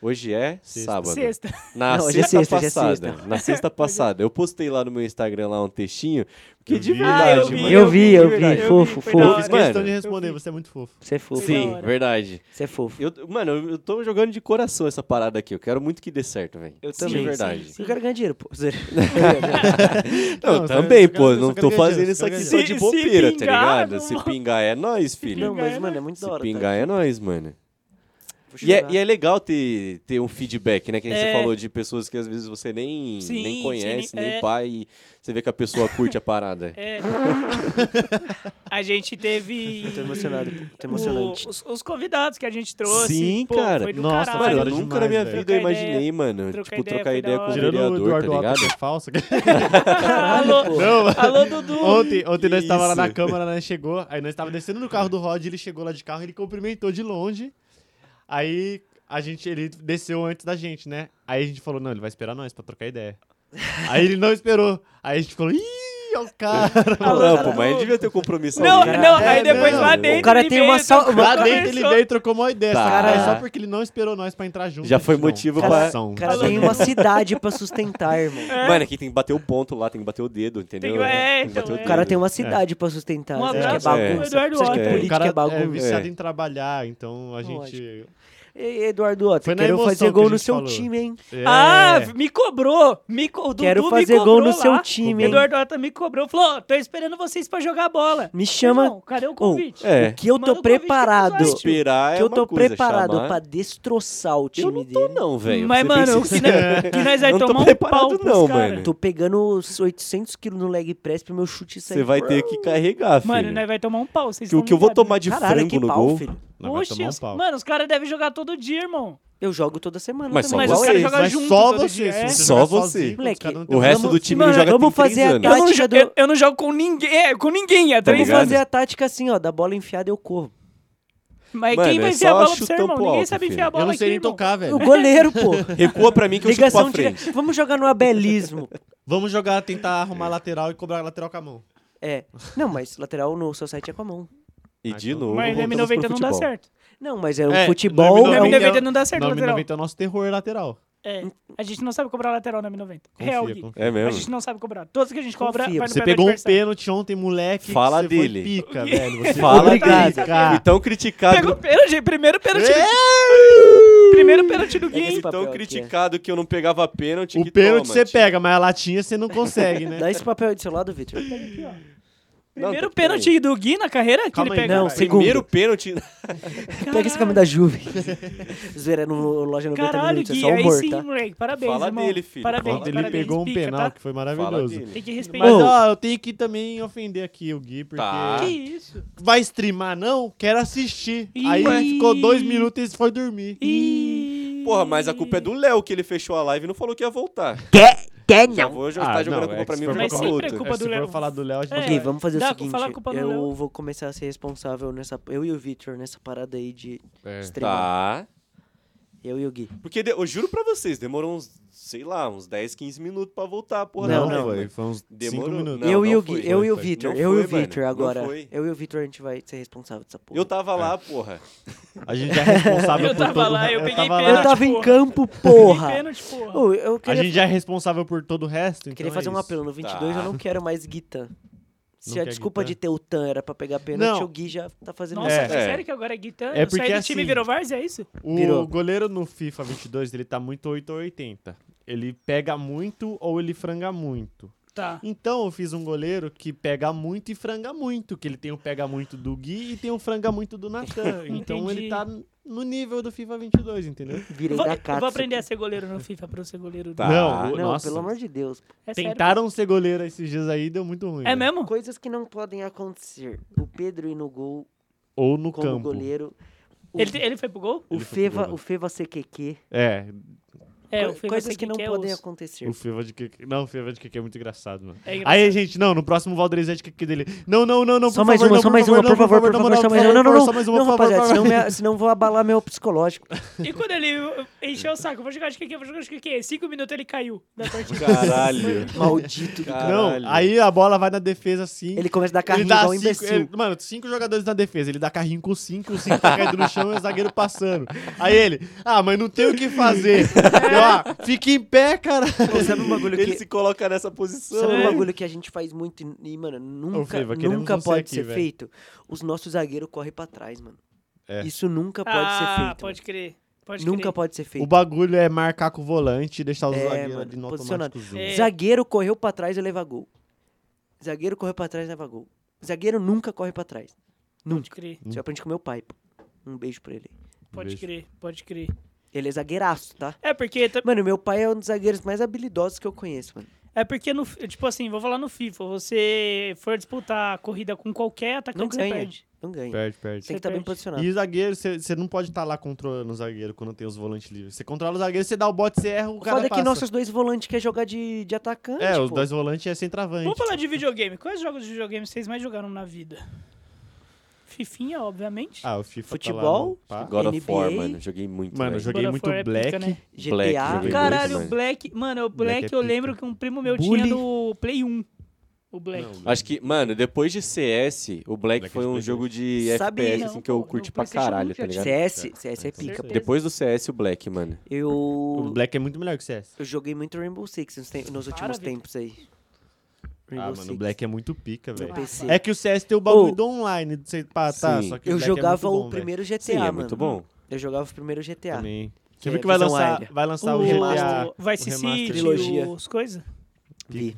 [SPEAKER 5] Hoje é
[SPEAKER 4] Sexta.
[SPEAKER 5] sábado.
[SPEAKER 2] Sexta.
[SPEAKER 5] Na
[SPEAKER 6] Não, hoje é
[SPEAKER 5] sexta,
[SPEAKER 6] sexta, hoje é
[SPEAKER 5] passada.
[SPEAKER 6] sexta.
[SPEAKER 5] Na sexta passada. Eu postei lá no meu Instagram lá um textinho. Que é
[SPEAKER 4] Eu
[SPEAKER 5] de
[SPEAKER 4] vi.
[SPEAKER 5] verdade,
[SPEAKER 2] ah, eu vi,
[SPEAKER 5] mano.
[SPEAKER 6] Eu vi, eu
[SPEAKER 2] de
[SPEAKER 6] vi,
[SPEAKER 2] verdade, eu
[SPEAKER 6] fofo,
[SPEAKER 2] foi
[SPEAKER 6] fofo.
[SPEAKER 2] da
[SPEAKER 4] Eu
[SPEAKER 2] hora.
[SPEAKER 4] fiz questão
[SPEAKER 5] Mano,
[SPEAKER 4] de
[SPEAKER 2] eu
[SPEAKER 4] responder,
[SPEAKER 2] vi.
[SPEAKER 4] você é muito fofo.
[SPEAKER 6] Você é fofo.
[SPEAKER 2] Sim.
[SPEAKER 5] Sim, verdade.
[SPEAKER 6] Você é fofo.
[SPEAKER 5] Eu, mano, eu, eu tô jogando de coração essa parada aqui. Eu quero muito que dê certo, velho.
[SPEAKER 6] Eu
[SPEAKER 5] De
[SPEAKER 6] também.
[SPEAKER 2] Sim,
[SPEAKER 5] verdade.
[SPEAKER 2] sim, sim.
[SPEAKER 6] Eu quero ganhar dinheiro, pô.
[SPEAKER 5] Não,
[SPEAKER 4] Não,
[SPEAKER 5] eu
[SPEAKER 4] só-
[SPEAKER 5] também,
[SPEAKER 4] só quero-
[SPEAKER 5] pô.
[SPEAKER 4] só
[SPEAKER 5] Não tô
[SPEAKER 4] quero ganhar
[SPEAKER 5] fazendo
[SPEAKER 4] dinheiro,
[SPEAKER 5] isso
[SPEAKER 4] só
[SPEAKER 5] aqui
[SPEAKER 4] quero
[SPEAKER 5] só
[SPEAKER 2] ganhar
[SPEAKER 5] de
[SPEAKER 2] dinheiro. Se
[SPEAKER 5] bobeira, tá
[SPEAKER 2] pingar,
[SPEAKER 5] ligado?
[SPEAKER 2] meu
[SPEAKER 5] Se
[SPEAKER 2] irmão.
[SPEAKER 5] pingar é nós, filho.
[SPEAKER 6] Não,
[SPEAKER 2] pingar é
[SPEAKER 6] mas, mano, é muito da
[SPEAKER 5] Se
[SPEAKER 6] hora.
[SPEAKER 5] pingar é nós, mano.
[SPEAKER 6] Vou
[SPEAKER 5] E é,
[SPEAKER 6] jogar.
[SPEAKER 5] e é legal ter, ter um feedback, né? Que nem
[SPEAKER 2] É.
[SPEAKER 5] você falou de pessoas que às vezes você nem,
[SPEAKER 2] Sim,
[SPEAKER 5] nem conhece,
[SPEAKER 2] sim,
[SPEAKER 5] nem
[SPEAKER 2] é.
[SPEAKER 5] pai. E você vê que a pessoa curte a parada.
[SPEAKER 2] É. a gente teve...
[SPEAKER 6] Tô emocionado, pô. Tô
[SPEAKER 2] o-
[SPEAKER 6] emocionante.
[SPEAKER 2] os, os convidados que a gente trouxe.
[SPEAKER 5] Sim,
[SPEAKER 2] pô,
[SPEAKER 5] cara.
[SPEAKER 2] Foi do
[SPEAKER 4] Nossa,
[SPEAKER 2] caralho.
[SPEAKER 5] Mano, eu
[SPEAKER 4] hora
[SPEAKER 5] nunca
[SPEAKER 4] é
[SPEAKER 5] na
[SPEAKER 4] demais,
[SPEAKER 5] minha
[SPEAKER 4] velho.
[SPEAKER 5] vida eu
[SPEAKER 2] Trocar ideia,
[SPEAKER 5] imaginei, mano.
[SPEAKER 2] trocar
[SPEAKER 5] tipo,
[SPEAKER 2] ideia
[SPEAKER 5] trocar
[SPEAKER 2] foi
[SPEAKER 5] ideia
[SPEAKER 2] da
[SPEAKER 5] com o
[SPEAKER 2] hora.
[SPEAKER 4] Tirando o
[SPEAKER 5] vereador, tá
[SPEAKER 4] Eduardo
[SPEAKER 5] ligado?
[SPEAKER 4] Lopes, é falso.
[SPEAKER 2] Alô,
[SPEAKER 4] Não, mano.
[SPEAKER 2] alô, Dudu.
[SPEAKER 4] Ontem, ontem nós
[SPEAKER 5] Isso.
[SPEAKER 4] estávamos lá na câmara, né? Chegou, aí nós estava descendo no carro do Rod, ele chegou lá de carro, ele cumprimentou de longe. Aí a gente, ele desceu antes da gente, né? Aí a gente falou, não, ele vai esperar nós pra trocar ideia. aí ele não esperou. Aí a gente falou, ih, ó o cara.
[SPEAKER 5] Não,
[SPEAKER 2] Alô,
[SPEAKER 5] pô, mas
[SPEAKER 2] Dudu.
[SPEAKER 5] ele devia ter um compromisso
[SPEAKER 2] Não,
[SPEAKER 5] ao vivo.
[SPEAKER 2] não,
[SPEAKER 4] É,
[SPEAKER 2] aí depois
[SPEAKER 4] não.
[SPEAKER 2] lá
[SPEAKER 5] O
[SPEAKER 2] dentro.
[SPEAKER 6] cara
[SPEAKER 2] ele
[SPEAKER 6] tem
[SPEAKER 2] veio,
[SPEAKER 6] uma sal-
[SPEAKER 2] trocou,
[SPEAKER 4] Lá
[SPEAKER 6] Conversou.
[SPEAKER 4] dentro ele veio e trocou uma ideia.
[SPEAKER 5] Tá.
[SPEAKER 4] Esse Cara, é só porque ele não esperou nós pra entrar junto.
[SPEAKER 5] Já foi
[SPEAKER 4] Não,
[SPEAKER 5] motivo
[SPEAKER 4] cara,
[SPEAKER 5] pra-
[SPEAKER 4] são-
[SPEAKER 6] O cara
[SPEAKER 4] são-
[SPEAKER 6] tem uma cidade pra sustentar, irmão.
[SPEAKER 2] É.
[SPEAKER 5] Mano, aqui tem que bater o ponto lá, tem que bater o dedo, entendeu?
[SPEAKER 2] né? Tem que- é, então,
[SPEAKER 6] O
[SPEAKER 2] É.
[SPEAKER 6] cara tem um uma cidade pra sustentar.
[SPEAKER 2] Um
[SPEAKER 6] Você acha que é
[SPEAKER 2] abraço
[SPEAKER 5] é.
[SPEAKER 6] bagunça?
[SPEAKER 2] pro Eduardo
[SPEAKER 6] Você acha que
[SPEAKER 5] Otto.
[SPEAKER 6] é
[SPEAKER 5] O
[SPEAKER 6] política
[SPEAKER 4] cara
[SPEAKER 6] é bagunça?
[SPEAKER 4] viciado
[SPEAKER 5] É.
[SPEAKER 4] em trabalhar, então a
[SPEAKER 6] Lógico.
[SPEAKER 4] gente...
[SPEAKER 6] Ei, Eduardo Otto,
[SPEAKER 4] Foi na
[SPEAKER 6] quero
[SPEAKER 4] emoção
[SPEAKER 6] fazer
[SPEAKER 4] que
[SPEAKER 6] gol
[SPEAKER 4] a
[SPEAKER 6] no
[SPEAKER 4] gente
[SPEAKER 6] seu
[SPEAKER 4] falou.
[SPEAKER 6] time, hein?
[SPEAKER 4] É.
[SPEAKER 2] Ah, me cobrou. Me co... o Dudu
[SPEAKER 6] Quero
[SPEAKER 2] me
[SPEAKER 6] fazer
[SPEAKER 2] cobrou
[SPEAKER 6] gol no
[SPEAKER 2] lá.
[SPEAKER 6] seu time, hein?
[SPEAKER 2] Eduardo Horta me cobrou. Falou, "Ó, tô esperando vocês pra jogar bola.
[SPEAKER 6] Me chama- Oh,
[SPEAKER 2] Irmão, cadê o convite?
[SPEAKER 5] É.
[SPEAKER 6] Que eu
[SPEAKER 2] Manda um o
[SPEAKER 6] tô
[SPEAKER 2] convite pro
[SPEAKER 6] preparado.
[SPEAKER 2] Eduardo.
[SPEAKER 6] Que
[SPEAKER 5] Esperar é
[SPEAKER 6] eu
[SPEAKER 5] uma
[SPEAKER 6] tô
[SPEAKER 5] coisa,
[SPEAKER 6] preparado
[SPEAKER 5] chamar-
[SPEAKER 6] pra destroçar o
[SPEAKER 5] Eu
[SPEAKER 6] time
[SPEAKER 5] não tô
[SPEAKER 6] dele.
[SPEAKER 5] não, velho.
[SPEAKER 2] Mas,
[SPEAKER 5] pra ser bem
[SPEAKER 2] mano, o que
[SPEAKER 5] sincero.
[SPEAKER 2] nós, que nós vai
[SPEAKER 5] Não tô
[SPEAKER 2] tomar um
[SPEAKER 5] preparado
[SPEAKER 2] pau pros
[SPEAKER 5] não,
[SPEAKER 2] cara.
[SPEAKER 5] mano.
[SPEAKER 6] Tô pegando os 800 quilos no leg press pro meu chute sair.
[SPEAKER 5] Você vai ter que carregar, filho.
[SPEAKER 2] Mano, nós vai tomar um pau. Vocês
[SPEAKER 5] que o
[SPEAKER 2] tão
[SPEAKER 5] que eu vou
[SPEAKER 2] ligados,
[SPEAKER 5] tomar de
[SPEAKER 6] Caralho, que
[SPEAKER 5] frango no
[SPEAKER 6] pau,
[SPEAKER 5] gol...
[SPEAKER 6] filho.
[SPEAKER 2] né?
[SPEAKER 4] Não, vai
[SPEAKER 2] Oxe,
[SPEAKER 4] tomar um
[SPEAKER 2] os-
[SPEAKER 4] pau.
[SPEAKER 2] mano, os caras devem jogar todo dia, irmão.
[SPEAKER 6] Eu jogo toda semana.
[SPEAKER 5] Mas só
[SPEAKER 6] também.
[SPEAKER 2] Mas os caras
[SPEAKER 5] vocês,
[SPEAKER 2] jogam
[SPEAKER 4] Mas
[SPEAKER 2] junto.
[SPEAKER 4] só
[SPEAKER 2] todo
[SPEAKER 4] você.
[SPEAKER 2] dia. É.
[SPEAKER 4] se
[SPEAKER 5] Só
[SPEAKER 4] jogar
[SPEAKER 5] você.
[SPEAKER 4] sozinho, um os
[SPEAKER 6] Moleque,
[SPEAKER 4] caras não
[SPEAKER 5] O
[SPEAKER 4] têm
[SPEAKER 5] resto
[SPEAKER 6] Vamos-
[SPEAKER 5] do time não
[SPEAKER 2] mano,
[SPEAKER 5] joga
[SPEAKER 6] vamos
[SPEAKER 5] tem três
[SPEAKER 6] fazer a
[SPEAKER 5] anos.
[SPEAKER 2] Eu não,
[SPEAKER 6] Tática
[SPEAKER 2] jogo,
[SPEAKER 6] do-
[SPEAKER 2] eu, eu não jogo com ninguém. É, com ninguém. Há três
[SPEAKER 6] Vamos
[SPEAKER 5] ligado?
[SPEAKER 2] anos.
[SPEAKER 6] fazer a tática assim, ó, da bola enfiada eu corro.
[SPEAKER 2] Mas
[SPEAKER 5] Mano,
[SPEAKER 2] quem vai
[SPEAKER 5] é
[SPEAKER 2] enfiar a
[SPEAKER 5] só
[SPEAKER 2] bola pro seu
[SPEAKER 5] chutão
[SPEAKER 2] irmão?
[SPEAKER 5] pro
[SPEAKER 2] Ninguém
[SPEAKER 5] alto,
[SPEAKER 2] sabe
[SPEAKER 5] filho.
[SPEAKER 2] enfiar a bola
[SPEAKER 4] Eu não sei
[SPEAKER 2] Tá aqui,
[SPEAKER 4] nem
[SPEAKER 2] irmão.
[SPEAKER 4] tocar, velho.
[SPEAKER 6] O goleiro, pô.
[SPEAKER 5] Recua pra mim É. que eu chuto pra
[SPEAKER 6] Ligação
[SPEAKER 5] frente.
[SPEAKER 6] direta. Vamos jogar no abelismo.
[SPEAKER 4] Vamos jogar, tentar arrumar lateral e cobrar lateral com a mão.
[SPEAKER 6] É. Não, mas lateral no seu site é com a mão.
[SPEAKER 5] E
[SPEAKER 4] Ah,
[SPEAKER 5] de
[SPEAKER 4] então-
[SPEAKER 5] novo,
[SPEAKER 2] Mas
[SPEAKER 5] voltamos
[SPEAKER 2] M90
[SPEAKER 5] pro
[SPEAKER 2] não dá
[SPEAKER 5] futebol.
[SPEAKER 2] certo.
[SPEAKER 6] Não, mas é o
[SPEAKER 4] É,
[SPEAKER 6] futebol.
[SPEAKER 4] Não,
[SPEAKER 2] Na
[SPEAKER 6] é um-
[SPEAKER 4] M90.
[SPEAKER 2] M90 não dá certo,
[SPEAKER 4] Não,
[SPEAKER 2] lateral.
[SPEAKER 4] 90 é o nosso terror lateral.
[SPEAKER 2] É. A gente não sabe cobrar lateral na M90.
[SPEAKER 4] Confia,
[SPEAKER 2] Real, Gui.
[SPEAKER 4] confia.
[SPEAKER 5] É
[SPEAKER 2] A
[SPEAKER 5] mesmo?
[SPEAKER 2] gente não sabe cobrar. Todos que a gente cobra,
[SPEAKER 6] Confia,
[SPEAKER 2] vai no
[SPEAKER 4] Você
[SPEAKER 2] pé
[SPEAKER 4] pegou
[SPEAKER 2] do
[SPEAKER 4] um
[SPEAKER 2] adversário.
[SPEAKER 4] pênalti ontem, moleque. que
[SPEAKER 5] Fala
[SPEAKER 4] você
[SPEAKER 5] dele.
[SPEAKER 4] Foi pica, É, velho. Você
[SPEAKER 5] Fala
[SPEAKER 4] foi
[SPEAKER 6] Obrigado.
[SPEAKER 4] pica.
[SPEAKER 5] Então criticado.
[SPEAKER 2] Pegou pênalti, primeiro pênalti.
[SPEAKER 4] É!
[SPEAKER 2] primeiro pênalti do Gui.
[SPEAKER 6] esse
[SPEAKER 5] Fui
[SPEAKER 6] papel
[SPEAKER 5] tão
[SPEAKER 6] aqui,
[SPEAKER 5] criticado que eu não pegava pênalti.
[SPEAKER 4] O
[SPEAKER 5] que
[SPEAKER 4] pênalti
[SPEAKER 5] toma,
[SPEAKER 4] você
[SPEAKER 5] tio.
[SPEAKER 4] pega, mas a latinha você não consegue, né?
[SPEAKER 6] Dá esse papel aí do seu lado, Vitor.
[SPEAKER 5] Não,
[SPEAKER 2] Primeiro
[SPEAKER 5] tá- peraí.
[SPEAKER 2] pênalti do Gui na carreira que ele
[SPEAKER 4] Calma aí,
[SPEAKER 2] pega.
[SPEAKER 6] Não,
[SPEAKER 4] Caralho.
[SPEAKER 6] segundo.
[SPEAKER 5] Primeiro pênalti.
[SPEAKER 6] Pega esse caminho da Juve. Zoeira no Loja 90
[SPEAKER 2] Caralho,
[SPEAKER 6] Minutos, é
[SPEAKER 2] Gui,
[SPEAKER 6] só
[SPEAKER 2] aí
[SPEAKER 6] humor,
[SPEAKER 2] sim,
[SPEAKER 6] tá?
[SPEAKER 2] moleque. Parabéns,
[SPEAKER 5] Fala
[SPEAKER 2] irmão.
[SPEAKER 5] dele, filho.
[SPEAKER 2] Parabéns,
[SPEAKER 5] Fala
[SPEAKER 4] Ele
[SPEAKER 5] dele.
[SPEAKER 2] parabéns.
[SPEAKER 4] pegou um
[SPEAKER 2] pica,
[SPEAKER 4] penal
[SPEAKER 2] tá?
[SPEAKER 4] que foi
[SPEAKER 5] Fala
[SPEAKER 4] maravilhoso.
[SPEAKER 5] dele.
[SPEAKER 2] Tem que respeitar.
[SPEAKER 4] Mas,
[SPEAKER 6] Ô.
[SPEAKER 4] ó, eu tenho que também ofender aqui o Gui, porque...
[SPEAKER 5] Tá.
[SPEAKER 2] Que isso?
[SPEAKER 4] Vai streamar, não? Quero assistir.
[SPEAKER 2] Ih,
[SPEAKER 4] Aí
[SPEAKER 2] ué.
[SPEAKER 4] ficou dois minutos e ele foi dormir.
[SPEAKER 2] Ih.
[SPEAKER 5] Porra, mas a culpa é do Léo que ele fechou a live e não falou que ia voltar.
[SPEAKER 6] Quer
[SPEAKER 5] Já vou já
[SPEAKER 4] Ah,
[SPEAKER 5] tá jogando
[SPEAKER 4] não,
[SPEAKER 5] a culpa
[SPEAKER 4] é
[SPEAKER 5] pra
[SPEAKER 4] que
[SPEAKER 5] mim
[SPEAKER 4] se for
[SPEAKER 5] pra
[SPEAKER 2] Mas
[SPEAKER 5] colocar
[SPEAKER 2] sempre é
[SPEAKER 5] outro.
[SPEAKER 2] culpa
[SPEAKER 4] É,
[SPEAKER 2] do
[SPEAKER 4] se for
[SPEAKER 2] Léo.
[SPEAKER 4] falar do Léo, a gente
[SPEAKER 2] É.
[SPEAKER 6] Ok, vamos fazer
[SPEAKER 2] Dá,
[SPEAKER 6] o
[SPEAKER 2] vou falar
[SPEAKER 6] seguinte.
[SPEAKER 2] com o Paulo Léo.
[SPEAKER 6] Eu vou começar a ser responsável nessa... Eu e o Vitor nessa parada aí de
[SPEAKER 4] É.
[SPEAKER 6] streamar.
[SPEAKER 5] Tá.
[SPEAKER 6] Eu e o Gui.
[SPEAKER 5] Porque de- eu juro pra vocês, demorou uns, sei lá, uns 10, 15 minutos pra voltar, porra.
[SPEAKER 6] Não,
[SPEAKER 5] da
[SPEAKER 6] não,
[SPEAKER 5] live.
[SPEAKER 4] foi, foi uns
[SPEAKER 5] Demorou.
[SPEAKER 4] cinco minutos.
[SPEAKER 5] Não,
[SPEAKER 6] eu e
[SPEAKER 5] não
[SPEAKER 6] o Gui,
[SPEAKER 5] foi,
[SPEAKER 6] eu
[SPEAKER 4] não
[SPEAKER 6] e o
[SPEAKER 4] foi.
[SPEAKER 6] Vitor,
[SPEAKER 5] Não
[SPEAKER 6] eu e o
[SPEAKER 5] foi, mano,
[SPEAKER 6] Vitor
[SPEAKER 5] não
[SPEAKER 6] agora.
[SPEAKER 5] foi.
[SPEAKER 6] Eu e o Vitor a gente vai ser responsável dessa porra.
[SPEAKER 5] Eu tava lá, porra.
[SPEAKER 4] A gente é responsável
[SPEAKER 2] Eu
[SPEAKER 4] por
[SPEAKER 2] tava
[SPEAKER 4] todo...
[SPEAKER 2] lá, eu peguei
[SPEAKER 4] tava lá.
[SPEAKER 6] Eu
[SPEAKER 2] pênalti.
[SPEAKER 6] tava em
[SPEAKER 2] porra.
[SPEAKER 6] campo,
[SPEAKER 2] Que
[SPEAKER 6] porra.
[SPEAKER 2] pênalti, porra.
[SPEAKER 6] Ô, eu
[SPEAKER 4] A
[SPEAKER 6] queria,
[SPEAKER 4] gente já é responsável por todo o resto, então
[SPEAKER 6] queria
[SPEAKER 4] é
[SPEAKER 6] fazer um
[SPEAKER 4] isso.
[SPEAKER 6] apelo no 22,
[SPEAKER 5] Tá.
[SPEAKER 6] eu não quero mais Guitan. Se
[SPEAKER 4] Não
[SPEAKER 6] a
[SPEAKER 4] quer
[SPEAKER 6] desculpa
[SPEAKER 4] Guitan?
[SPEAKER 6] de ter o Tan era pra pegar pênalti,
[SPEAKER 4] Não.
[SPEAKER 6] o Gui já tá fazendo
[SPEAKER 2] Nossa,
[SPEAKER 4] É.
[SPEAKER 2] é. sério que agora é guitarra?
[SPEAKER 4] É
[SPEAKER 2] É porque
[SPEAKER 4] porque
[SPEAKER 2] Sair do time
[SPEAKER 4] assim-
[SPEAKER 2] virou Vars, é isso?
[SPEAKER 4] O
[SPEAKER 6] Virou.
[SPEAKER 4] goleiro no FIFA 22, ele tá muito 8 ou 80. Ele pega muito ou ele franga muito.
[SPEAKER 2] Tá.
[SPEAKER 4] Então eu fiz um goleiro que pega muito e franga muito, que ele tem o pega muito do Gui e tem o franga muito do Natan. então
[SPEAKER 2] Entendi.
[SPEAKER 4] ele tá no nível do FIFA 22, entendeu?
[SPEAKER 6] Virei
[SPEAKER 2] Vou,
[SPEAKER 6] da
[SPEAKER 2] eu
[SPEAKER 6] Katsu.
[SPEAKER 2] vou aprender a ser goleiro no FIFA pra eu ser goleiro.
[SPEAKER 5] Tá.
[SPEAKER 2] Do...
[SPEAKER 4] Não, o-
[SPEAKER 6] Não,
[SPEAKER 4] nossa.
[SPEAKER 6] pelo amor de Deus.
[SPEAKER 2] É sério?
[SPEAKER 4] Tentaram ser goleiro esses dias aí, deu muito ruim. né?
[SPEAKER 2] É
[SPEAKER 4] velho.
[SPEAKER 2] mesmo?
[SPEAKER 6] Coisas que não podem acontecer. O Pedro ir no gol
[SPEAKER 4] Ou no
[SPEAKER 6] como
[SPEAKER 4] campo.
[SPEAKER 6] goleiro. O,
[SPEAKER 2] Ele, ele foi pro gol?
[SPEAKER 6] o
[SPEAKER 4] Ele foi pro
[SPEAKER 6] Feva,
[SPEAKER 4] gol.
[SPEAKER 6] o Feva CQQ.
[SPEAKER 4] É,
[SPEAKER 2] É,
[SPEAKER 6] Co-
[SPEAKER 2] o FIFA
[SPEAKER 6] coisas
[SPEAKER 2] sei
[SPEAKER 6] que não
[SPEAKER 2] é
[SPEAKER 6] podem
[SPEAKER 2] osso.
[SPEAKER 6] acontecer.
[SPEAKER 4] o Feva de que Não, o Feva de que é muito engraçado, mano.
[SPEAKER 2] É engraçado.
[SPEAKER 4] Aí, gente, não, no próximo Valdez é de que dele. Não, não, não, não,
[SPEAKER 6] Só
[SPEAKER 4] por
[SPEAKER 6] mais
[SPEAKER 4] favor,
[SPEAKER 6] uma,
[SPEAKER 4] não,
[SPEAKER 6] só
[SPEAKER 4] por
[SPEAKER 6] mais uma, por favor, por
[SPEAKER 4] na
[SPEAKER 6] favor,
[SPEAKER 4] moral,
[SPEAKER 6] só mais uma. Não, não,
[SPEAKER 4] por favor,
[SPEAKER 6] não,
[SPEAKER 4] só mais uma,
[SPEAKER 6] não,
[SPEAKER 4] por favor,
[SPEAKER 6] rapaziada,
[SPEAKER 4] por
[SPEAKER 6] senão,
[SPEAKER 4] favor.
[SPEAKER 6] minha, senão vou abalar meu psicológico.
[SPEAKER 2] E quando ele encheu o saco, vou jogar de que vou jogar de que Cinco minutos ele caiu da partida.
[SPEAKER 5] Caralho.
[SPEAKER 6] Maldito.
[SPEAKER 5] Caralho.
[SPEAKER 4] Não, aí a bola vai na defesa assim.
[SPEAKER 6] Ele começa a dar carrinho
[SPEAKER 4] dá
[SPEAKER 6] igual um
[SPEAKER 4] cinco-
[SPEAKER 6] imbecil.
[SPEAKER 4] ele- mano, cinco jogadores na defesa. Ele dá carrinho com cinco, os cinco tá caído no chão e o zagueiro passando. Aí ele, ah, mas não tem o que fazer. Eu, ah, fica em pé, cara.
[SPEAKER 6] Pô, sabe um bagulho
[SPEAKER 5] Ele
[SPEAKER 6] que...
[SPEAKER 5] se coloca nessa posição.
[SPEAKER 6] Sabe um
[SPEAKER 5] né?
[SPEAKER 6] bagulho que a gente faz muito e- e, mano,
[SPEAKER 4] Ô,
[SPEAKER 6] nunca,
[SPEAKER 4] Feva, queremos
[SPEAKER 6] nunca
[SPEAKER 4] você
[SPEAKER 6] pode
[SPEAKER 4] um aqui,
[SPEAKER 6] ser
[SPEAKER 4] velho.
[SPEAKER 6] feito? Os nossos zagueiros correm pra trás, mano.
[SPEAKER 4] É.
[SPEAKER 6] Isso nunca pode
[SPEAKER 2] ah,
[SPEAKER 6] ser feito. né?
[SPEAKER 2] pode crer. Pode
[SPEAKER 6] nunca
[SPEAKER 2] crer.
[SPEAKER 6] pode ser
[SPEAKER 4] O
[SPEAKER 6] feito.
[SPEAKER 4] bagulho é marcar com o volante e deixar os
[SPEAKER 6] É,
[SPEAKER 4] zagueiros
[SPEAKER 6] mano,
[SPEAKER 4] ali no
[SPEAKER 6] posicionado.
[SPEAKER 4] automáticozinho.
[SPEAKER 2] É.
[SPEAKER 6] Zagueiro correu pra trás e leva gol. Zagueiro correu pra trás e leva gol. Zagueiro nunca corre pra trás.
[SPEAKER 2] Pode
[SPEAKER 6] Nunca.
[SPEAKER 4] Hum.
[SPEAKER 2] crer,
[SPEAKER 6] Isso eu aprendi com meu pai. pô. Um beijo pra ele.
[SPEAKER 2] pode
[SPEAKER 4] Beijo.
[SPEAKER 2] crer, pode crer.
[SPEAKER 6] Ele é zagueiraço, tá?
[SPEAKER 2] É porque, ta-
[SPEAKER 6] Mano, meu pai é um dos zagueiros mais habilidosos que eu conheço, mano.
[SPEAKER 2] é porque no, fi- tipo assim, vou falar no FIFA, você for disputar a corrida com qualquer atacante,
[SPEAKER 6] Não
[SPEAKER 2] você
[SPEAKER 6] ganha.
[SPEAKER 2] perde.
[SPEAKER 6] Não ganha.
[SPEAKER 4] Perde, perde.
[SPEAKER 6] Tem que estar bem
[SPEAKER 2] perde.
[SPEAKER 6] posicionado.
[SPEAKER 4] E o zagueiro, você não pode estar lá controlando o zagueiro quando tem os volantes livres. Você controla o zagueiro, você dá o bote, você erra, o
[SPEAKER 6] O
[SPEAKER 4] cara
[SPEAKER 6] foda é
[SPEAKER 4] passa.
[SPEAKER 6] que nossos dois volantes quer jogar de, de atacante,
[SPEAKER 4] É, os
[SPEAKER 6] pô.
[SPEAKER 4] dois volantes é centroavante.
[SPEAKER 2] Vamos falar de videogame. Quais jogos de videogame vocês mais jogaram na vida? Fifinha, obviamente.
[SPEAKER 4] Ah, o FIFA
[SPEAKER 6] Futebol,
[SPEAKER 4] tá lá no pá.
[SPEAKER 5] God of War,
[SPEAKER 6] NBA.
[SPEAKER 5] mano. Joguei muito.
[SPEAKER 4] Mano,
[SPEAKER 5] velho.
[SPEAKER 4] eu joguei
[SPEAKER 2] God of
[SPEAKER 4] muito
[SPEAKER 2] War é
[SPEAKER 4] Black.
[SPEAKER 2] pica, né?
[SPEAKER 6] GTA.
[SPEAKER 5] Black, joguei
[SPEAKER 2] Caralho,
[SPEAKER 5] muito,
[SPEAKER 2] o
[SPEAKER 5] mano.
[SPEAKER 2] Black. Mano, o
[SPEAKER 4] Black
[SPEAKER 2] Black,
[SPEAKER 4] é
[SPEAKER 2] eu
[SPEAKER 4] pica.
[SPEAKER 2] lembro que um primo meu
[SPEAKER 4] Bully.
[SPEAKER 2] tinha no Play 1. O
[SPEAKER 6] é
[SPEAKER 2] Black.
[SPEAKER 4] Não,
[SPEAKER 5] Acho que, mano, depois de CS, o Black,
[SPEAKER 4] Black
[SPEAKER 5] foi
[SPEAKER 4] é
[SPEAKER 5] um
[SPEAKER 4] de
[SPEAKER 5] jogo de
[SPEAKER 6] Sabe-
[SPEAKER 5] FPS
[SPEAKER 2] Não,
[SPEAKER 5] assim, que eu
[SPEAKER 2] pô,
[SPEAKER 5] curti
[SPEAKER 2] no
[SPEAKER 5] pra
[SPEAKER 2] PlayStation um
[SPEAKER 5] caralho,
[SPEAKER 2] nunca
[SPEAKER 5] tá ligado?
[SPEAKER 6] CS, CS é pica.
[SPEAKER 2] Certeza.
[SPEAKER 5] Depois do CS, o Black, mano.
[SPEAKER 4] O
[SPEAKER 6] Eu,
[SPEAKER 4] Black é muito melhor que o CS.
[SPEAKER 6] eu joguei muito Rainbow Six nos, tem- nos últimos
[SPEAKER 2] Vitor.
[SPEAKER 6] tempos aí.
[SPEAKER 4] Ah, mano, o Black é muito pica, velho.
[SPEAKER 6] no PC.
[SPEAKER 4] É que o CS tem o bagulho
[SPEAKER 6] Ô.
[SPEAKER 4] do online, do você pá, tá,
[SPEAKER 5] Sim.
[SPEAKER 4] só que o
[SPEAKER 6] eu
[SPEAKER 4] Black é
[SPEAKER 6] jogava
[SPEAKER 4] muito bom,
[SPEAKER 6] o
[SPEAKER 4] velho.
[SPEAKER 6] primeiro GTA,
[SPEAKER 5] Sim, é
[SPEAKER 2] ah,
[SPEAKER 6] mano.
[SPEAKER 5] muito bom.
[SPEAKER 6] Eu jogava o primeiro GTA.
[SPEAKER 4] Também.
[SPEAKER 6] Que
[SPEAKER 4] Você
[SPEAKER 6] é
[SPEAKER 4] viu que vai
[SPEAKER 6] visão
[SPEAKER 4] lançar,
[SPEAKER 6] aérea.
[SPEAKER 4] vai lançar o,
[SPEAKER 2] O
[SPEAKER 4] GTA.
[SPEAKER 2] Vice
[SPEAKER 4] o remaster.
[SPEAKER 2] City,
[SPEAKER 6] Trilogia.
[SPEAKER 2] os coisas.
[SPEAKER 6] Vi.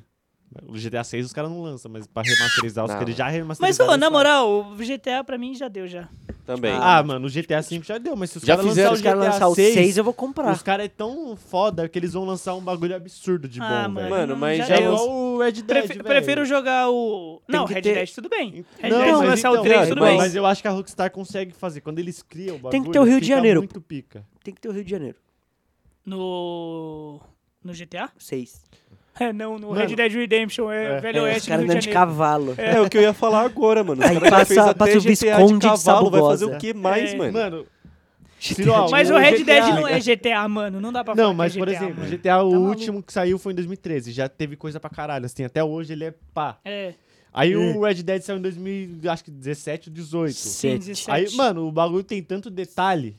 [SPEAKER 4] O GTA 6 os caras não lançam, mas pra remasterizar, os
[SPEAKER 5] Não.
[SPEAKER 4] caras já remasterizaram.
[SPEAKER 2] Mas, ô,
[SPEAKER 4] eles
[SPEAKER 2] na
[SPEAKER 4] fazem.
[SPEAKER 2] moral, o GTA pra mim já deu já.
[SPEAKER 5] Também.
[SPEAKER 4] Ah, mano, o GTA 5 já deu, mas se os
[SPEAKER 5] Já
[SPEAKER 4] caras
[SPEAKER 5] fizeram,
[SPEAKER 4] lançar o
[SPEAKER 6] Se os caras
[SPEAKER 4] GTA
[SPEAKER 6] lançar o
[SPEAKER 4] 6,
[SPEAKER 6] 6, eu vou comprar.
[SPEAKER 4] os caras é tão foda que eles vão lançar um bagulho absurdo de bom,
[SPEAKER 2] ah, mano,
[SPEAKER 4] velho.
[SPEAKER 5] Mano, mas
[SPEAKER 2] já
[SPEAKER 4] Já é
[SPEAKER 5] eu-
[SPEAKER 2] deu.
[SPEAKER 4] igual o Red Dead,
[SPEAKER 2] Prefe-
[SPEAKER 4] velho.
[SPEAKER 2] Prefiro jogar o.
[SPEAKER 6] Tem
[SPEAKER 2] Não,
[SPEAKER 6] que
[SPEAKER 2] Red
[SPEAKER 6] ter-
[SPEAKER 2] Dead tudo bem. Red
[SPEAKER 4] Não,
[SPEAKER 2] Dead
[SPEAKER 6] mas
[SPEAKER 2] lançar o
[SPEAKER 4] então,
[SPEAKER 2] 3,
[SPEAKER 5] cara,
[SPEAKER 2] tudo
[SPEAKER 5] mas-
[SPEAKER 2] bem.
[SPEAKER 4] Mas eu acho que a Rockstar consegue fazer. Quando eles criam o bagulho,
[SPEAKER 6] Tem que ter o Rio de
[SPEAKER 4] fica
[SPEAKER 6] Janeiro.
[SPEAKER 4] muito pica.
[SPEAKER 6] Tem que ter o Rio de Janeiro.
[SPEAKER 2] No. No GTA?
[SPEAKER 6] 6.
[SPEAKER 2] É, não, no
[SPEAKER 4] Mano.
[SPEAKER 2] Red Dead Redemption, é,
[SPEAKER 4] É.
[SPEAKER 2] Velho
[SPEAKER 6] É, os
[SPEAKER 2] Oeste,
[SPEAKER 6] caras
[SPEAKER 2] Rio de
[SPEAKER 6] andando de
[SPEAKER 2] Janeiro.
[SPEAKER 6] cavalo.
[SPEAKER 5] É o que eu ia falar agora, mano. Os
[SPEAKER 6] Aí
[SPEAKER 5] caras já
[SPEAKER 6] passa-
[SPEAKER 5] fez até
[SPEAKER 6] passa o
[SPEAKER 5] GTA de
[SPEAKER 6] Visconde de
[SPEAKER 5] cavalo, vai fazer
[SPEAKER 6] Sabugosa.
[SPEAKER 5] o que mais,
[SPEAKER 2] É.
[SPEAKER 5] mano?
[SPEAKER 4] Mano, Ciro,
[SPEAKER 2] Mas o
[SPEAKER 4] o
[SPEAKER 2] Red
[SPEAKER 4] GTA
[SPEAKER 2] Dead não é GTA, mano. Não dá pra falar
[SPEAKER 4] Não,
[SPEAKER 2] que
[SPEAKER 4] mas,
[SPEAKER 2] é
[SPEAKER 4] por
[SPEAKER 2] GTA,
[SPEAKER 4] exemplo, o
[SPEAKER 2] mano.
[SPEAKER 4] GTA,
[SPEAKER 6] Tá
[SPEAKER 4] o último que saiu foi em 2013. Já teve coisa pra caralho, assim. Até hoje ele é pá.
[SPEAKER 2] É,
[SPEAKER 4] Aí
[SPEAKER 6] Hum.
[SPEAKER 4] o Red Dead saiu em 2017 ou 18.
[SPEAKER 6] Sim.
[SPEAKER 2] sim,
[SPEAKER 6] Sete.
[SPEAKER 2] 17.
[SPEAKER 4] Aí, mano, o bagulho tem tanto detalhe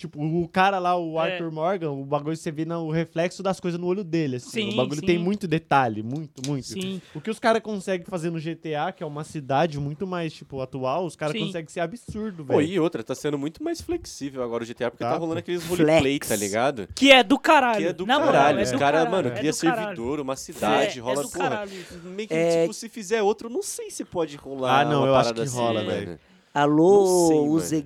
[SPEAKER 4] Tipo, o cara lá, o
[SPEAKER 2] É.
[SPEAKER 4] Arthur Morgan, o bagulho você vê no, o reflexo das coisas no olho dele, assim.
[SPEAKER 2] Sim,
[SPEAKER 4] o bagulho tem
[SPEAKER 2] sim.
[SPEAKER 4] muito detalhe, muito, muito.
[SPEAKER 2] Sim.
[SPEAKER 4] O que os caras conseguem fazer no GTA, que é uma cidade muito mais, tipo, atual, os caras
[SPEAKER 2] Sim.
[SPEAKER 4] conseguem ser absurdo,
[SPEAKER 5] Pô,
[SPEAKER 4] velho.
[SPEAKER 5] e outra, tá sendo muito mais flexível agora o GTA, porque tá,
[SPEAKER 4] Tá,
[SPEAKER 5] rolando
[SPEAKER 4] pô.
[SPEAKER 5] aqueles
[SPEAKER 6] Flex.
[SPEAKER 5] roleplay, tá ligado?
[SPEAKER 2] Que é do caralho.
[SPEAKER 5] Que é do
[SPEAKER 2] Na moral,
[SPEAKER 5] caralho.
[SPEAKER 2] é
[SPEAKER 5] Os
[SPEAKER 2] do
[SPEAKER 5] caras,
[SPEAKER 2] caralho,
[SPEAKER 5] mano,
[SPEAKER 2] é
[SPEAKER 5] cria
[SPEAKER 2] do caralho.
[SPEAKER 5] servidor, uma
[SPEAKER 2] É,
[SPEAKER 5] cidade,
[SPEAKER 2] é
[SPEAKER 5] rola
[SPEAKER 2] do
[SPEAKER 5] porra.
[SPEAKER 2] caralho isso.
[SPEAKER 5] Meio que,
[SPEAKER 6] É-
[SPEAKER 5] tipo, se fizer outro, eu não sei se pode rolar.
[SPEAKER 4] Ah, não,
[SPEAKER 5] uma
[SPEAKER 4] eu acho
[SPEAKER 5] parada
[SPEAKER 4] que
[SPEAKER 5] assim,
[SPEAKER 4] rola,
[SPEAKER 5] mano.
[SPEAKER 4] velho.
[SPEAKER 6] Alô,
[SPEAKER 5] Não sei,
[SPEAKER 6] UZ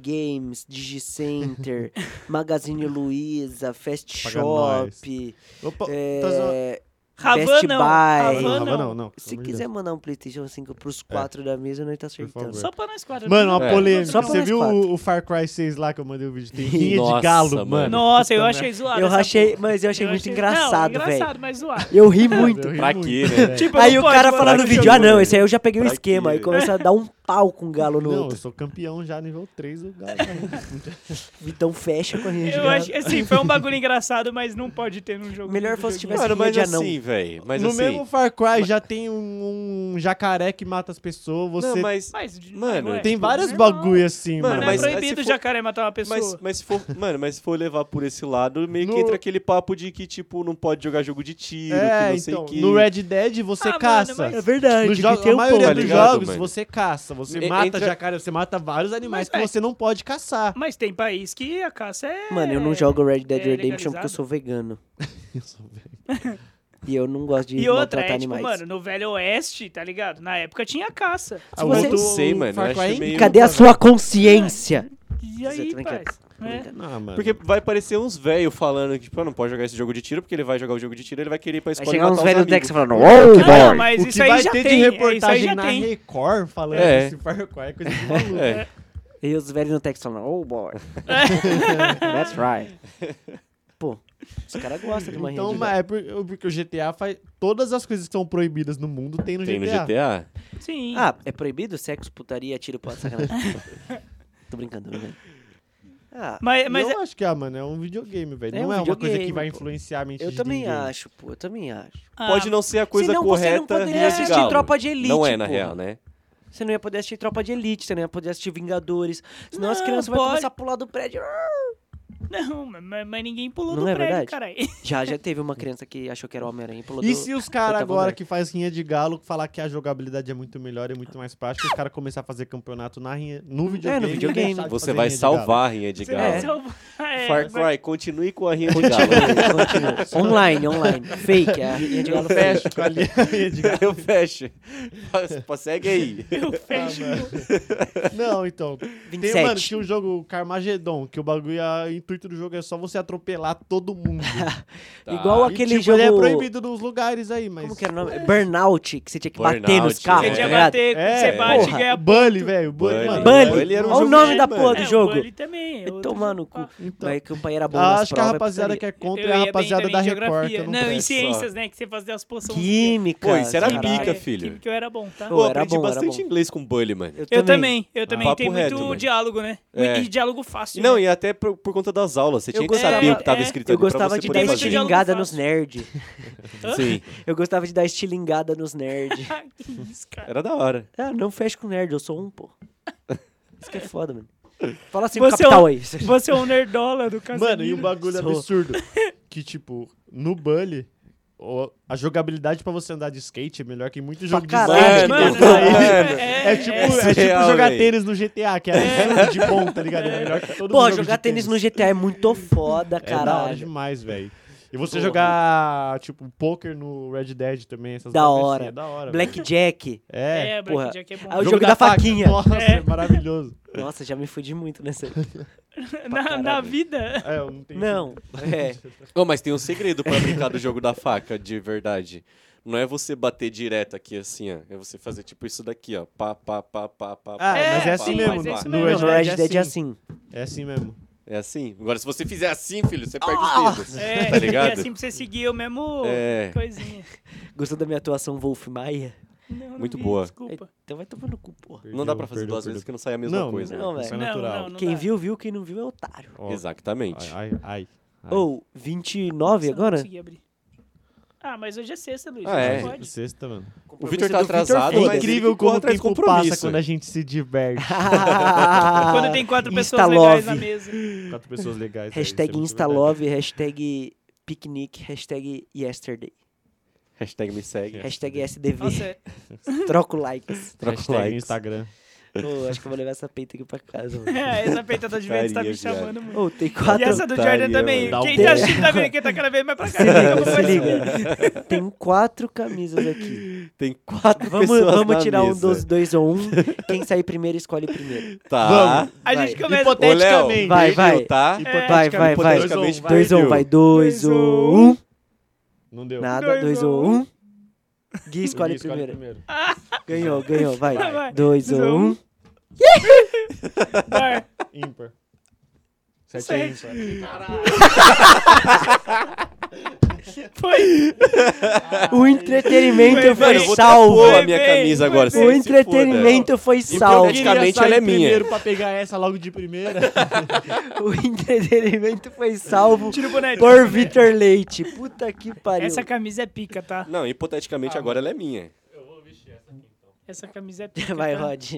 [SPEAKER 6] Games, Digicenter, Magazine Luiza, Fast
[SPEAKER 4] Paga
[SPEAKER 6] Shop,
[SPEAKER 4] Opa, tá zoando.
[SPEAKER 6] é,
[SPEAKER 2] Ravan
[SPEAKER 6] Best
[SPEAKER 2] não.
[SPEAKER 6] Buy.
[SPEAKER 2] Ravan
[SPEAKER 4] Não,
[SPEAKER 2] não.
[SPEAKER 4] não, não. pelo
[SPEAKER 6] se
[SPEAKER 4] amor de
[SPEAKER 6] quiser mandar um PlayStation 5 pros quatro da mesa, nós tá acertando.
[SPEAKER 4] favor.
[SPEAKER 2] Só pra nós quatro.
[SPEAKER 4] Deus. Mano, uma
[SPEAKER 5] É.
[SPEAKER 4] polêmica.
[SPEAKER 6] Só pra
[SPEAKER 4] Você
[SPEAKER 6] nós
[SPEAKER 4] viu
[SPEAKER 6] quatro.
[SPEAKER 4] o, o Far Cry 6 lá que eu mandei o vídeo? Tem rinha
[SPEAKER 5] Nossa,
[SPEAKER 4] de galo,
[SPEAKER 5] mano.
[SPEAKER 4] mano.
[SPEAKER 2] Nossa, eu
[SPEAKER 4] Puta
[SPEAKER 2] achei zoado.
[SPEAKER 6] Eu
[SPEAKER 2] essa
[SPEAKER 6] achei,
[SPEAKER 2] porra.
[SPEAKER 6] mas eu achei
[SPEAKER 2] Eu
[SPEAKER 6] muito
[SPEAKER 2] achei-
[SPEAKER 6] engraçado,
[SPEAKER 2] não,
[SPEAKER 6] velho.
[SPEAKER 2] engraçado, mas zoado.
[SPEAKER 6] Eu ri
[SPEAKER 4] merda.
[SPEAKER 6] muito.
[SPEAKER 4] Eu ri
[SPEAKER 5] Pra
[SPEAKER 4] muito,
[SPEAKER 5] quê, né?
[SPEAKER 4] velho.
[SPEAKER 2] Tipo,
[SPEAKER 6] Aí
[SPEAKER 2] não
[SPEAKER 6] o
[SPEAKER 2] pode
[SPEAKER 6] cara
[SPEAKER 2] mandar
[SPEAKER 6] falar no
[SPEAKER 5] que
[SPEAKER 6] vídeo,
[SPEAKER 5] eu
[SPEAKER 6] ah não,
[SPEAKER 5] mando.
[SPEAKER 6] esse aí eu já peguei o
[SPEAKER 5] Pra quê,
[SPEAKER 6] esquema. Aí
[SPEAKER 5] velho?
[SPEAKER 6] começa a dar um pau com o galo no
[SPEAKER 4] Não, eu
[SPEAKER 6] outro.
[SPEAKER 4] sou campeão já, nível 3, o galo.
[SPEAKER 6] Vitão fecha com a gente.
[SPEAKER 2] Eu acho, assim, foi um bagulho engraçado, mas não pode ter num jogo.
[SPEAKER 6] Melhor
[SPEAKER 2] de
[SPEAKER 6] fosse
[SPEAKER 2] videogame.
[SPEAKER 6] Mas
[SPEAKER 5] Mano,
[SPEAKER 6] rinha
[SPEAKER 5] mas
[SPEAKER 6] de anão.
[SPEAKER 5] assim, velho. Mas
[SPEAKER 4] no
[SPEAKER 5] assim.
[SPEAKER 4] mesmo Far Cry já tem um, um jacaré que mata as pessoas,
[SPEAKER 5] não,
[SPEAKER 4] você...
[SPEAKER 5] mas.
[SPEAKER 2] Mas, de-
[SPEAKER 5] Mano,
[SPEAKER 2] ué,
[SPEAKER 4] Tem
[SPEAKER 2] tipo,
[SPEAKER 4] vários
[SPEAKER 2] normal.
[SPEAKER 4] bagulho assim,
[SPEAKER 5] Mano,
[SPEAKER 2] Mano,
[SPEAKER 4] mano.
[SPEAKER 5] mas-
[SPEAKER 2] é
[SPEAKER 6] né,
[SPEAKER 5] mas
[SPEAKER 2] proibido
[SPEAKER 5] se
[SPEAKER 2] o
[SPEAKER 5] for-
[SPEAKER 2] jacaré matar uma pessoa.
[SPEAKER 5] Mas, mas se for, mano, mas se for levar por esse lado, meio
[SPEAKER 4] No-
[SPEAKER 5] que entra aquele papo de que, tipo, não pode jogar jogo de tiro, que
[SPEAKER 4] é,
[SPEAKER 5] não sei
[SPEAKER 4] então,
[SPEAKER 5] que.
[SPEAKER 4] no Red Dead você
[SPEAKER 2] Ah, mano,
[SPEAKER 4] caça.
[SPEAKER 2] mas-
[SPEAKER 6] É verdade,
[SPEAKER 4] Nos
[SPEAKER 6] que
[SPEAKER 4] jogos-
[SPEAKER 6] tem
[SPEAKER 4] a
[SPEAKER 6] um
[SPEAKER 4] maioria
[SPEAKER 5] Tá
[SPEAKER 6] pouco.
[SPEAKER 4] dos
[SPEAKER 5] ligado,
[SPEAKER 4] jogos
[SPEAKER 5] mano?
[SPEAKER 4] você caça, você
[SPEAKER 5] E-
[SPEAKER 4] mata
[SPEAKER 5] entra-
[SPEAKER 4] jacaré, você mata vários
[SPEAKER 2] Mas,
[SPEAKER 4] animais que
[SPEAKER 2] é.
[SPEAKER 4] você não pode caçar.
[SPEAKER 2] Mas tem país que a caça é.
[SPEAKER 6] Mano, eu não jogo Red Dead
[SPEAKER 2] é
[SPEAKER 6] Redemption porque
[SPEAKER 2] legalizado.
[SPEAKER 6] eu sou vegano. E eu não gosto de
[SPEAKER 2] E outra,
[SPEAKER 6] maltratar
[SPEAKER 2] é, tipo,
[SPEAKER 6] animais.
[SPEAKER 2] mano, no Velho Oeste, tá ligado? Na época tinha caça.
[SPEAKER 4] Ah, o
[SPEAKER 6] você-
[SPEAKER 4] outro-
[SPEAKER 5] Não sei, mano,
[SPEAKER 4] Far
[SPEAKER 5] eu acho
[SPEAKER 4] Cry é
[SPEAKER 5] meio-
[SPEAKER 4] incrível,
[SPEAKER 6] Cadê a
[SPEAKER 4] velho.
[SPEAKER 6] sua consciência?
[SPEAKER 2] E
[SPEAKER 6] Você
[SPEAKER 2] aí,
[SPEAKER 6] também quer-
[SPEAKER 2] parça? né?
[SPEAKER 4] Ah, mano.
[SPEAKER 5] Porque vai parecer uns velhos falando que, tipo, ah, não pode jogar esse jogo de tiro, porque ele vai jogar o jogo de tiro, ele vai querer ir pra
[SPEAKER 6] Vai
[SPEAKER 5] escola e
[SPEAKER 6] chegar
[SPEAKER 5] matar
[SPEAKER 6] uns
[SPEAKER 5] os
[SPEAKER 6] velhos
[SPEAKER 5] amigos.
[SPEAKER 6] Dex falando, oh,
[SPEAKER 2] Ah, não,
[SPEAKER 6] boy!
[SPEAKER 2] mas
[SPEAKER 4] o que
[SPEAKER 2] isso aí
[SPEAKER 4] vai
[SPEAKER 2] já
[SPEAKER 4] ter
[SPEAKER 2] tem.
[SPEAKER 4] de
[SPEAKER 2] é,
[SPEAKER 4] reportagem
[SPEAKER 2] isso aí já
[SPEAKER 4] na
[SPEAKER 2] tem.
[SPEAKER 4] Record falando
[SPEAKER 5] É.
[SPEAKER 4] desse Far Cry é coisa de maluco.
[SPEAKER 5] É.
[SPEAKER 6] E os velhos no Texas falando, oh, boy. That's right. Pô, os caras gostam de uma
[SPEAKER 4] Então,
[SPEAKER 6] rede. né?
[SPEAKER 4] mas é por- porque o GTA faz... Todas as coisas que são proibidas no mundo tem no
[SPEAKER 5] Tem no
[SPEAKER 4] GTA.
[SPEAKER 5] GTA?
[SPEAKER 2] Sim.
[SPEAKER 6] Ah, é proibido sexo, putaria, tiro, pô, sacanagem. tô brincando, tô brincando. Ah,
[SPEAKER 2] mas, mas
[SPEAKER 4] eu acho que, ah, mano, é um videogame, velho.
[SPEAKER 6] É
[SPEAKER 4] não
[SPEAKER 6] um
[SPEAKER 4] é uma coisa que
[SPEAKER 6] videogame,
[SPEAKER 4] vai
[SPEAKER 6] pô.
[SPEAKER 4] influenciar a mente
[SPEAKER 6] eu
[SPEAKER 4] de
[SPEAKER 6] também
[SPEAKER 4] ninguém.
[SPEAKER 6] acho, pô, eu também acho.
[SPEAKER 2] ah,
[SPEAKER 5] Pode não ser a coisa
[SPEAKER 6] Senão você
[SPEAKER 5] correta.
[SPEAKER 6] não poderia
[SPEAKER 5] né,
[SPEAKER 6] assistir
[SPEAKER 5] Galo?
[SPEAKER 6] Tropa de Elite,
[SPEAKER 5] Não é, na
[SPEAKER 6] porra.
[SPEAKER 5] real, né?
[SPEAKER 6] Você não ia poder assistir Tropa de Elite, você não ia poder assistir Vingadores. Senão as
[SPEAKER 2] Não,
[SPEAKER 6] crianças vão
[SPEAKER 2] pode.
[SPEAKER 6] começar a pular do prédio.
[SPEAKER 2] Não, mas, mas ninguém pulou
[SPEAKER 6] Não
[SPEAKER 2] do
[SPEAKER 6] é
[SPEAKER 2] prédio,
[SPEAKER 6] verdade?
[SPEAKER 2] caralho.
[SPEAKER 6] Já, já teve uma criança que achou que era o Homem-Aranha e pulou
[SPEAKER 4] E
[SPEAKER 6] do...
[SPEAKER 4] se os caras
[SPEAKER 6] Oitavo
[SPEAKER 4] agora
[SPEAKER 6] andar.
[SPEAKER 4] que faz rinha de galo falar que a jogabilidade é muito melhor e muito mais prática, os caras começar a fazer campeonato na rinha, no videogame. ninguém
[SPEAKER 6] videogame.
[SPEAKER 4] sabe
[SPEAKER 5] Você
[SPEAKER 4] fazer
[SPEAKER 5] vai
[SPEAKER 4] rinha de galo.
[SPEAKER 5] salvar a Rinha de Galo.
[SPEAKER 6] É.
[SPEAKER 2] É,
[SPEAKER 5] Far
[SPEAKER 2] mas-
[SPEAKER 5] Cry, continue com a Rinha de Galo.
[SPEAKER 6] Online, online. Fake, é a rinha de
[SPEAKER 5] Eu
[SPEAKER 6] galo
[SPEAKER 5] fecho
[SPEAKER 6] fake.
[SPEAKER 5] com a linha de galo. Eu fecho. Pô, pô, Segue aí.
[SPEAKER 2] Eu
[SPEAKER 4] Ah,
[SPEAKER 2] fecho.
[SPEAKER 4] Não, então. Tem,
[SPEAKER 6] 27.
[SPEAKER 4] mano, tinha um jogo Carmageddon, que o bagulho, a- o intuito do jogo é só você atropelar todo mundo.
[SPEAKER 6] Igual
[SPEAKER 5] Tá.
[SPEAKER 4] E,
[SPEAKER 6] aquele
[SPEAKER 4] tipo,
[SPEAKER 6] jogo...
[SPEAKER 4] Ele é proibido nos lugares aí, mas.
[SPEAKER 6] Como que era o nome? Burnout, que você tinha que bater
[SPEAKER 5] Burnout,
[SPEAKER 6] nos
[SPEAKER 2] Você
[SPEAKER 6] carros,
[SPEAKER 5] é.
[SPEAKER 6] tá
[SPEAKER 2] tinha
[SPEAKER 6] ligado?
[SPEAKER 2] bater,
[SPEAKER 4] É,
[SPEAKER 2] você bate
[SPEAKER 6] porra.
[SPEAKER 2] e ganha.
[SPEAKER 4] Bully, velho. Bully,
[SPEAKER 5] Bully.
[SPEAKER 4] mano.
[SPEAKER 6] Bully.
[SPEAKER 5] Bully era um
[SPEAKER 6] Olha o
[SPEAKER 5] jogo
[SPEAKER 6] nome
[SPEAKER 5] de-
[SPEAKER 6] da
[SPEAKER 5] mano.
[SPEAKER 6] porra
[SPEAKER 2] É,
[SPEAKER 6] do
[SPEAKER 2] o
[SPEAKER 6] jogo.
[SPEAKER 2] Bully também. é
[SPEAKER 6] Vai
[SPEAKER 2] outro
[SPEAKER 6] tomar no
[SPEAKER 2] jogo.
[SPEAKER 6] cu.
[SPEAKER 4] Então,
[SPEAKER 6] Mas companheira boa
[SPEAKER 4] ah,
[SPEAKER 6] nas
[SPEAKER 4] acho que a
[SPEAKER 6] provas,
[SPEAKER 4] rapaziada
[SPEAKER 6] putaria.
[SPEAKER 4] que é
[SPEAKER 2] Eu
[SPEAKER 4] contra
[SPEAKER 2] ia
[SPEAKER 4] é a
[SPEAKER 2] bem
[SPEAKER 4] rapaziada
[SPEAKER 2] também
[SPEAKER 4] da
[SPEAKER 2] em
[SPEAKER 4] Record.
[SPEAKER 2] geografia.
[SPEAKER 4] Que eu não,
[SPEAKER 2] Não,
[SPEAKER 4] presto.
[SPEAKER 2] e ciências,
[SPEAKER 5] ó.
[SPEAKER 2] né? Que você fazia as poções.
[SPEAKER 6] um Química.
[SPEAKER 5] Pô, isso era
[SPEAKER 6] caralho.
[SPEAKER 5] pica, filho.
[SPEAKER 2] Que eu era bom, tá?
[SPEAKER 6] Pô,
[SPEAKER 5] Pô,
[SPEAKER 6] era
[SPEAKER 5] aprendi
[SPEAKER 6] bom, era
[SPEAKER 5] bastante
[SPEAKER 6] bom.
[SPEAKER 5] inglês com o Bully, mano.
[SPEAKER 2] Eu também, eu também.
[SPEAKER 5] Ah, Papo
[SPEAKER 2] Tem
[SPEAKER 5] reto,
[SPEAKER 2] muito
[SPEAKER 5] mano.
[SPEAKER 2] diálogo, né?
[SPEAKER 5] É.
[SPEAKER 2] E diálogo fácil.
[SPEAKER 5] Não,
[SPEAKER 2] né?
[SPEAKER 5] e até por, por conta das aulas. Você
[SPEAKER 6] Eu
[SPEAKER 5] tinha que saber
[SPEAKER 2] gostava-
[SPEAKER 5] o que tava
[SPEAKER 2] é,
[SPEAKER 5] escrito
[SPEAKER 6] Eu
[SPEAKER 5] ali pra
[SPEAKER 6] gostava
[SPEAKER 5] então você
[SPEAKER 6] de dar
[SPEAKER 5] poder
[SPEAKER 2] Muito
[SPEAKER 5] fazer.
[SPEAKER 2] diálogo
[SPEAKER 6] estilingada nos
[SPEAKER 2] fácil.
[SPEAKER 6] nerd.
[SPEAKER 5] Sim,
[SPEAKER 6] Eu gostava de dar estilingada nos nerd.
[SPEAKER 2] Ah, que isso, cara.
[SPEAKER 5] era da hora.
[SPEAKER 6] Ah, não fecha com nerd, eu sou um, pô. Isso que é foda, mano. Fala assim,
[SPEAKER 2] Você é
[SPEAKER 6] capital
[SPEAKER 2] um-
[SPEAKER 6] aí.
[SPEAKER 2] Você é um nerdola do casamento.
[SPEAKER 4] Mano, e um bagulho
[SPEAKER 6] Sou.
[SPEAKER 4] absurdo. Que, tipo, no Bully, o- a jogabilidabilidade pra você andar de skate é melhor que muito jogo de
[SPEAKER 6] caralho,
[SPEAKER 4] skate.
[SPEAKER 6] mano.
[SPEAKER 4] que tem por aí.
[SPEAKER 5] Mano,
[SPEAKER 4] É tipo, é tipo
[SPEAKER 5] surreal,
[SPEAKER 4] jogar
[SPEAKER 5] véi.
[SPEAKER 4] tênis no GTA, que é de bom, tá ligado? É melhor que todo
[SPEAKER 6] Pô,
[SPEAKER 4] jogo
[SPEAKER 6] jogar
[SPEAKER 4] de
[SPEAKER 6] tênis no GTA é muito foda,
[SPEAKER 4] É da hora
[SPEAKER 6] caralho.
[SPEAKER 4] demais, velho. E você
[SPEAKER 6] Porra.
[SPEAKER 4] jogar, tipo, poker no Red Dead também, essas
[SPEAKER 6] Da
[SPEAKER 4] baguncinhas,
[SPEAKER 6] hora.
[SPEAKER 4] é da hora. velho.
[SPEAKER 6] Blackjack.
[SPEAKER 4] É.
[SPEAKER 2] É,
[SPEAKER 6] porra.
[SPEAKER 2] Blackjack é bom.
[SPEAKER 6] Ah, o jogo da
[SPEAKER 4] faca.
[SPEAKER 6] faquinha.
[SPEAKER 4] Nossa, é.
[SPEAKER 2] É.
[SPEAKER 4] maravilhoso.
[SPEAKER 6] Nossa, já me fudi muito nessa.
[SPEAKER 5] tipo
[SPEAKER 2] na, na vida.
[SPEAKER 4] É, eu não tenho
[SPEAKER 6] Não, é.
[SPEAKER 5] Ô, mas tem um segredo pra brincar do jogo da faca, de verdade. Não é você bater direto aqui assim, ó. É você fazer tipo isso daqui, ó. Pá, pá, pá, pá, pá. pá,
[SPEAKER 4] Ah, mas é
[SPEAKER 5] pá,
[SPEAKER 4] assim
[SPEAKER 5] pá,
[SPEAKER 4] mesmo,
[SPEAKER 5] pá,
[SPEAKER 2] mas é
[SPEAKER 5] pá.
[SPEAKER 2] isso
[SPEAKER 4] No
[SPEAKER 2] mesmo.
[SPEAKER 6] Não, no Red Dead
[SPEAKER 4] assim.
[SPEAKER 6] é assim.
[SPEAKER 4] É assim mesmo.
[SPEAKER 5] É assim. Agora, se você fizer assim, filho, você perde
[SPEAKER 6] Ah!
[SPEAKER 5] os dedos.
[SPEAKER 2] É,
[SPEAKER 5] tá
[SPEAKER 2] e
[SPEAKER 5] ligado?
[SPEAKER 2] assim pra você seguir o mesmo
[SPEAKER 5] É.
[SPEAKER 2] coisinha.
[SPEAKER 6] Gostou da minha atuação Wolf Maia?
[SPEAKER 2] Não, não
[SPEAKER 5] Muito
[SPEAKER 2] vi,
[SPEAKER 5] boa.
[SPEAKER 2] Desculpa.
[SPEAKER 6] Então vai tomar no cu, porra.
[SPEAKER 5] Não dá pra fazer duas vezes que não sai a mesma
[SPEAKER 4] Não,
[SPEAKER 5] coisa. né?
[SPEAKER 6] Não,
[SPEAKER 4] Isso é
[SPEAKER 6] velho.
[SPEAKER 2] Não,
[SPEAKER 4] natural.
[SPEAKER 2] não, não
[SPEAKER 6] Quem
[SPEAKER 2] dá.
[SPEAKER 6] viu, viu. Quem não viu é otário.
[SPEAKER 4] Ó,
[SPEAKER 5] Exatamente.
[SPEAKER 4] Ai, ai, ai.
[SPEAKER 6] Ou, 29
[SPEAKER 2] Nossa, não
[SPEAKER 6] agora?
[SPEAKER 2] consegui abrir. Ah, mas hoje é sexta, Luiz.
[SPEAKER 5] Ah, é.
[SPEAKER 2] Não pode.
[SPEAKER 4] Sexta, mano.
[SPEAKER 5] O Vitor tá atrasado,
[SPEAKER 4] É
[SPEAKER 5] mas
[SPEAKER 4] incrível
[SPEAKER 5] ele corre
[SPEAKER 4] como o
[SPEAKER 5] atrás de
[SPEAKER 4] tempo
[SPEAKER 5] compromisso. né?
[SPEAKER 4] passa quando a gente se diverte.
[SPEAKER 5] Ah,
[SPEAKER 2] Quando tem quatro pessoas legais
[SPEAKER 6] Instalove.
[SPEAKER 2] na mesa.
[SPEAKER 4] Quatro pessoas
[SPEAKER 5] né?
[SPEAKER 4] legais. aí, isso é
[SPEAKER 6] Hashtag
[SPEAKER 4] muito
[SPEAKER 6] Instalove, hashtag Picnic, hashtag Yesterday,
[SPEAKER 5] Hashtag me segue.
[SPEAKER 6] hashtag SDV.
[SPEAKER 2] Nossa, é.
[SPEAKER 6] Troco likes.
[SPEAKER 4] verdade.
[SPEAKER 5] Troca o
[SPEAKER 4] Hashtag
[SPEAKER 5] like.
[SPEAKER 4] Instagram.
[SPEAKER 6] Pô, acho que eu vou levar essa peita aqui pra casa, mano.
[SPEAKER 2] é, essa peitada de vento tá me
[SPEAKER 5] Putaria, viado.
[SPEAKER 2] chamando muito.
[SPEAKER 6] Ô, tem
[SPEAKER 2] E
[SPEAKER 6] quatro.
[SPEAKER 2] essa do
[SPEAKER 5] Putaria,
[SPEAKER 2] Jordan também.
[SPEAKER 4] mano.
[SPEAKER 2] Quem tá
[SPEAKER 4] Dá um pé.
[SPEAKER 2] assistindo tá vendo que tá cada vez mais pra cá.
[SPEAKER 6] Se liga,
[SPEAKER 2] Então,
[SPEAKER 6] se
[SPEAKER 2] vai-
[SPEAKER 6] liga. Tem quatro camisas aqui.
[SPEAKER 5] Tem quatro
[SPEAKER 6] Vamos,
[SPEAKER 5] pessoas
[SPEAKER 6] vamos
[SPEAKER 5] na
[SPEAKER 6] tirar um
[SPEAKER 5] mesa.
[SPEAKER 6] dos dois ou um. Quem sair primeiro, escolhe primeiro.
[SPEAKER 5] Tá.
[SPEAKER 2] A
[SPEAKER 6] Vai.
[SPEAKER 2] gente começa...
[SPEAKER 4] Hipote- Hipoteticamente.
[SPEAKER 5] Ô,
[SPEAKER 6] Vai,
[SPEAKER 5] Léo,
[SPEAKER 6] vai.
[SPEAKER 5] Viu, tá?
[SPEAKER 6] Vai, vai, vai.
[SPEAKER 4] Hipoteticamente,
[SPEAKER 6] Dois ou um, vai. Dois
[SPEAKER 2] Dois
[SPEAKER 6] ou
[SPEAKER 2] ou
[SPEAKER 6] um.
[SPEAKER 4] Não deu.
[SPEAKER 6] Nada,
[SPEAKER 2] Dois
[SPEAKER 6] dois
[SPEAKER 2] ou
[SPEAKER 6] ou
[SPEAKER 2] um.
[SPEAKER 6] um. Gui escolhe primeiro. Ganhou, ganhou,
[SPEAKER 2] Vai, vai.
[SPEAKER 6] vai. Dois
[SPEAKER 2] Dois
[SPEAKER 6] ou
[SPEAKER 2] ou
[SPEAKER 6] um.
[SPEAKER 2] É, Vai.
[SPEAKER 4] Ímpar. Sete é
[SPEAKER 2] Sete.
[SPEAKER 4] ímpar.
[SPEAKER 2] Foi.
[SPEAKER 6] O entretenimento
[SPEAKER 2] Foi
[SPEAKER 5] Mano, eu
[SPEAKER 6] foi
[SPEAKER 5] vou
[SPEAKER 6] salvo.
[SPEAKER 5] tapar a
[SPEAKER 2] Foi
[SPEAKER 5] minha
[SPEAKER 2] bem,
[SPEAKER 5] camisa
[SPEAKER 2] foi bem.
[SPEAKER 5] agora. se-
[SPEAKER 6] O
[SPEAKER 5] se foda.
[SPEAKER 6] entretenimento foi salvo.
[SPEAKER 5] queria- Praticamente ela é minha.
[SPEAKER 4] primeiro pra pegar essa logo de primeira.
[SPEAKER 6] O entretenimento foi salvo
[SPEAKER 2] Tira o boné.
[SPEAKER 6] por Vitor Leite. Puta que pariu.
[SPEAKER 2] Essa camisa é pica, tá?
[SPEAKER 5] Não, hipoteticamente agora ela é minha.
[SPEAKER 2] Essa camisa é pica.
[SPEAKER 6] Vai,
[SPEAKER 2] tá?
[SPEAKER 6] Rod.